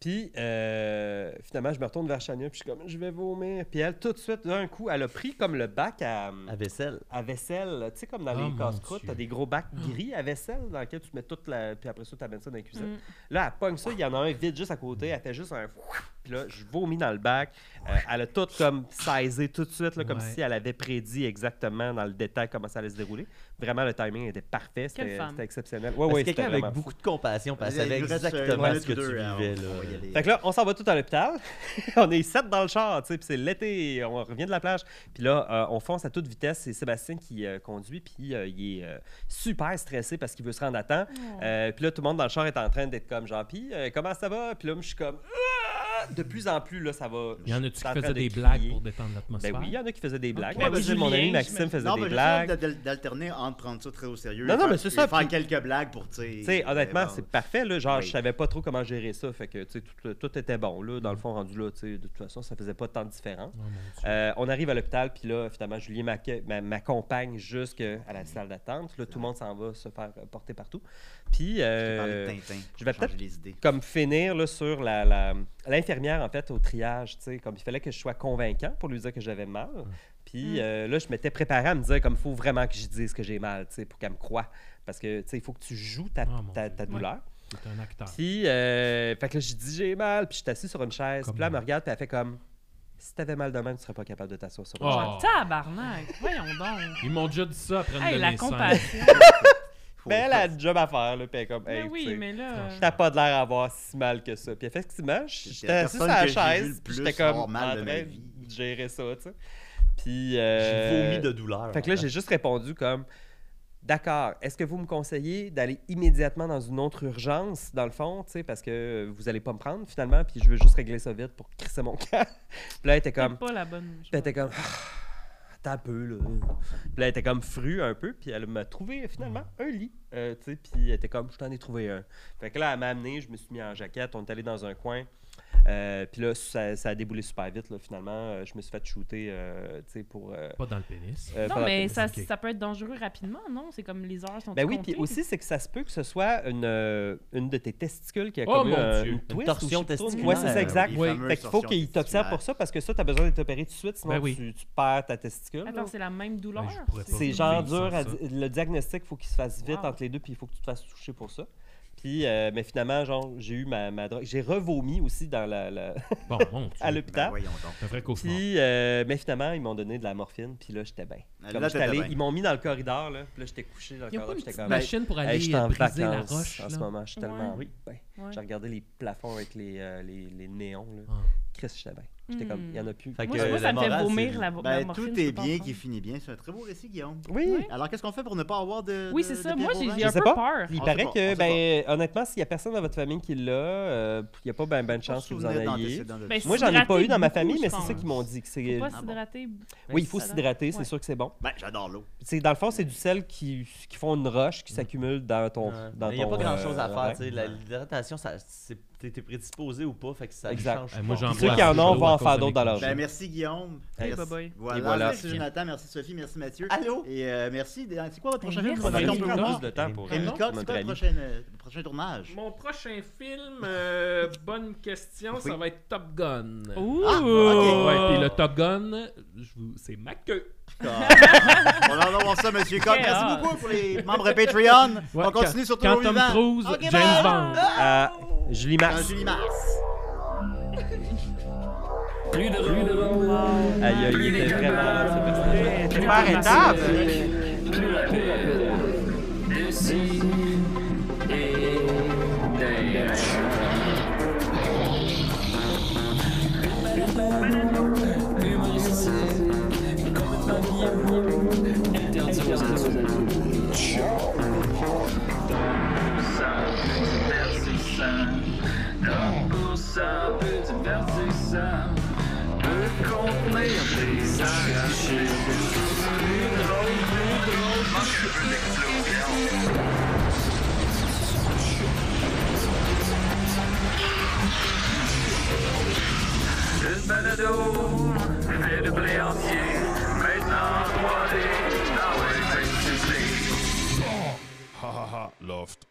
Puis euh, finalement, je me retourne vers Chania, puis je suis comme, je vais vomir. Puis elle, tout de suite, d'un coup, elle a pris comme le bac à, euh, À vaisselle. à vaisselle. Tu sais, comme dans Oh, les mon casse-croûtes, Dieu. t'as des gros Ah. bacs gris à vaisselle dans lesquels tu mets toute la. Puis après ça, t'amènes ça dans la cuisine. Mm. Là, elle pogne ça, il y en a un vide juste à côté, elle fait juste un. Puis là, je vomis dans le bac. Euh, elle a tout comme saisé tout de suite, là, comme Ouais. si elle avait prédit exactement dans le détail comment ça allait se dérouler. Vraiment, le timing était parfait, Quelle c'était femme. c'était exceptionnel. Ouais, Parce ouais, que quelqu'un c'était avec vraiment beaucoup de compassion, parce qu'elle savait Il nous reste, euh, exactement une ce que minute ou tu deux, hein, vivais. on- on va y là. aller. Fait que là, on s'en va tout à l'hôpital. on est sept dans le char, tu sais, puis c'est l'été, on revient de la plage. Puis là, euh, on fonce à toute vitesse. C'est Sébastien qui euh, conduit, puis euh, il est euh, super stressé parce qu'il veut se rendre à temps. Euh, puis là, tout le monde dans le char est en train d'être comme genre, puis euh, comment ça va? Puis là, moi, je suis comme, Ah! de plus en plus, là, ça va. Il y en Je a-tu suis qui en train faisaient de des crier. blagues pour détendre l'atmosphère? Ben oui, il y en a qui faisaient des blagues. Ouais, Ben, ben, oui, mon ami Julien, Maxime j'imagine. faisait Non, des mais blagues. j'essaie de- de- d'alterner entre prendre ça très au sérieux. Non, non, et mais faire- c'est ça, et Faire puis- quelques blagues pour, tu sais. Tu sais, honnêtement, euh, c'est parfait. Là, genre, Oui. je savais pas trop comment gérer ça. Fait que, tu sais, tout, tout était bon. Là, dans le fond, rendu là, tu sais, de toute façon, ça faisait pas tant de différence. Euh, on arrive à l'hôpital, puis là, finalement, Julien m'accue- m'a- m'accompagne jusqu'à la salle d'attente. Là, tout le monde s'en va se faire euh, porter partout. Puis, j'ai parlé euh, de Tintin. je vais Changer peut-être- les idées. comme finir là, sur la- la- l'infirmière, en fait, au triage, tu sais, comme il fallait que je sois convaincant pour lui dire que j'avais mal. Ah. Puis Mm. euh, là, je m'étais préparé à me dire comme il faut vraiment que je dise que j'ai mal, tu sais, pour qu'elle me croie. Parce que, tu sais, il faut que tu joues ta, Ah, mon ta- Dieu. ta Ouais. douleur. C'est un acteur. Puis, euh, fait que là, j'ai dit, j'ai mal. Puis, je suis assis sur une chaise. Comme Puis là, elle me moi. regarde, puis elle fait comme, si t'avais mal demain, tu serais pas capable de t'asseoir sur une Oh. chaise. Ah, Tabarnak. Voyons donc. Ils m'ont déjà dit ça après Hey, une la de mes scènes. compassion. Faut- Mais elle a du job à faire, là. Puis, elle est comme, hey, Mais tu Ben oui, sais, mais là. euh, T'as pas de l'air à avoir si mal que ça. Puis effectivement, j'étais la assis sur personne la que j'ai vue chaise, le puis plus j'étais comme avoir en mal train de de ma vie. gérer ça, tu sais. Puis... J'ai euh, vomi de douleur. hein. Fait que là, j'ai juste répondu comme... D'accord. Est-ce que vous me conseillez d'aller immédiatement dans une autre urgence, dans le fond, tu sais, parce que vous allez pas me prendre finalement, puis je veux juste régler ça vite pour crisser mon camp. puis là, elle était c'est comme, pas la bonne. puis elle était comme, Ah, attends un peu, là. Puis là, elle était comme fru un peu, puis elle m'a trouvé finalement Mm. un lit. euh, tu sais, puis elle était comme, je t'en ai trouvé un. Fait que là, elle m'a amené, je me suis mis en jaquette, on est allé dans un coin. Euh, puis là, ça, ça a déboulé super vite, là, finalement. Euh, je me suis fait shooter, euh, tu sais, pour. euh, Pas dans le pénis. euh, Non, pendant- mais ça, ok. ça peut être dangereux rapidement, non? C'est comme les heures sont Ben oui, comptées. puis aussi, c'est que ça se peut que ce soit une, euh, une de tes testicules qui a Oh, comme eu mon un- Dieu. une Une twist. torsion ou je sais pas trop. testiculaire. Ouais, c'est ça, exact. Euh, Les Oui. fameuses Fait qu'il faut torsions qu'il t'observe pour testiculaires. ça parce que ça, t'as besoin d'être opéré tout de suite, sinon Ben oui. tu, tu perds ta testicule. là. Attends, c'est la même douleur. Ben, je pourrais pas. C'est Vivre genre sans dur. à ça. di- Le diagnostic, faut qu'il se fasse vite Wow. entre les deux, puis il faut que tu te fasses toucher pour ça. Puis, euh, mais finalement, genre, j'ai eu ma, ma drogue. J'ai revomi aussi dans la, la- Bon, mon Dieu. à Ben, l'hôpital. voyons donc. C'est un vrai cauchemar. Puis, euh, mais finalement, ils m'ont donné de la morphine, puis là, j'étais bien. Ben, Là, Comme j'étais t'étais allé- bien. ils m'ont mis dans le corridor, là, puis là, j'étais couché dans le Il n'y a pas corridor, une j'étais petite comme. machine pour Hey, aller j'étais en euh, briser la vacances roche. en ce là? moment. Je suis tellement Ouais. bien. Ouais. J'ai regardé les plafonds avec les, euh, les, les néons. Là. Ah. Chris, j'étais bien. Hmm. J'étais comme, il n'y en a plus. Fait Hmm. Moi, que moi, le ça me fait moral, vomir c'est- la, vo- la Ben, morphine, tout je est peux pas en bien prendre. qui finit bien. C'est un très beau récit, Guillaume. Oui. Alors, qu'est-ce qu'on fait pour ne pas avoir de. Oui, de- c'est de ça. Pierre Moi, j'ai Bourgeois? j'ai un Je sais peu pas. peur. Ah, Il On sait paraît pas, on que, sait ben, honnêtement, s'il n'y a personne dans votre famille qui l'a, euh, il n'y a pas ben, ben de Pas de chance que vous en souvenir ayez. d'antécédents de- Ben, Moi, j'en ai pas eu dans ma famille, mais c'est ça S'hydrater qu'ils m'ont dit. que c'est- Faut pas Ah bon. s'hydrater. Oui, il faut Ça, là. s'hydrater, c'est Ouais. sûr que c'est bon. Ben, j'adore l'eau. C'est dans le fond, c'est du sel qui, qui font une roche qui s'accumule dans ton. Ouais. dans Mais Il n'y a ton, pas grand chose à euh, faire. ouais. tu sais, la- L'hydratation, ça- c'est- t'es t'es prédisposé ou pas, fait que ça Exact. change Eh, moi, pas. j'en Puis ceux bois qui en assez ont de vont l'eau à en cause faire de d'autres mes dans leur Ben, vie. merci, Guillaume. Hey, Merci- bye-bye. Voilà. Et voilà. Merci, Jonathan. Merci, Sophie. Merci, Mathieu. Allô? Et euh, merci. des- C'est quoi votre prochain Ben, film? merci. Jonathan? On a On peut pris voir. plus de temps pour- Rémi Non, Cotte, c'est notre quoi le ami. prochain, euh, le prochain tournage? Mon prochain film, euh, bonne question, ça Oui. va être Top Gun. Ouh! Ah, ok. Oh, Ouais, puis le Top Gun, je vous- c'est ma queue. on va voir ça, Monsieur Cotte. Très Merci hâte. beaucoup pour les membres Patreon. Ouais, on continue quand- sur Quand Toujours Tom Vivant. Cruise, Ok, bye. James Bond. À Julie Dans Euh, Mars. Julie Mars. Plus de rue de Aïe, aïe, il était vraiment là, ce personnage. plus plus rapide, d'ici et d'ailleurs. Humoristique, comme un pavillon, interdit aux adultes. Donc pour ça, petit verdissant peut contenir des arrachés. Une drôle, une drôle, manque un peu d'explosion. Une balado fait de blé entier, maintenant 3D, dans les festivals. Hahaha, Loft.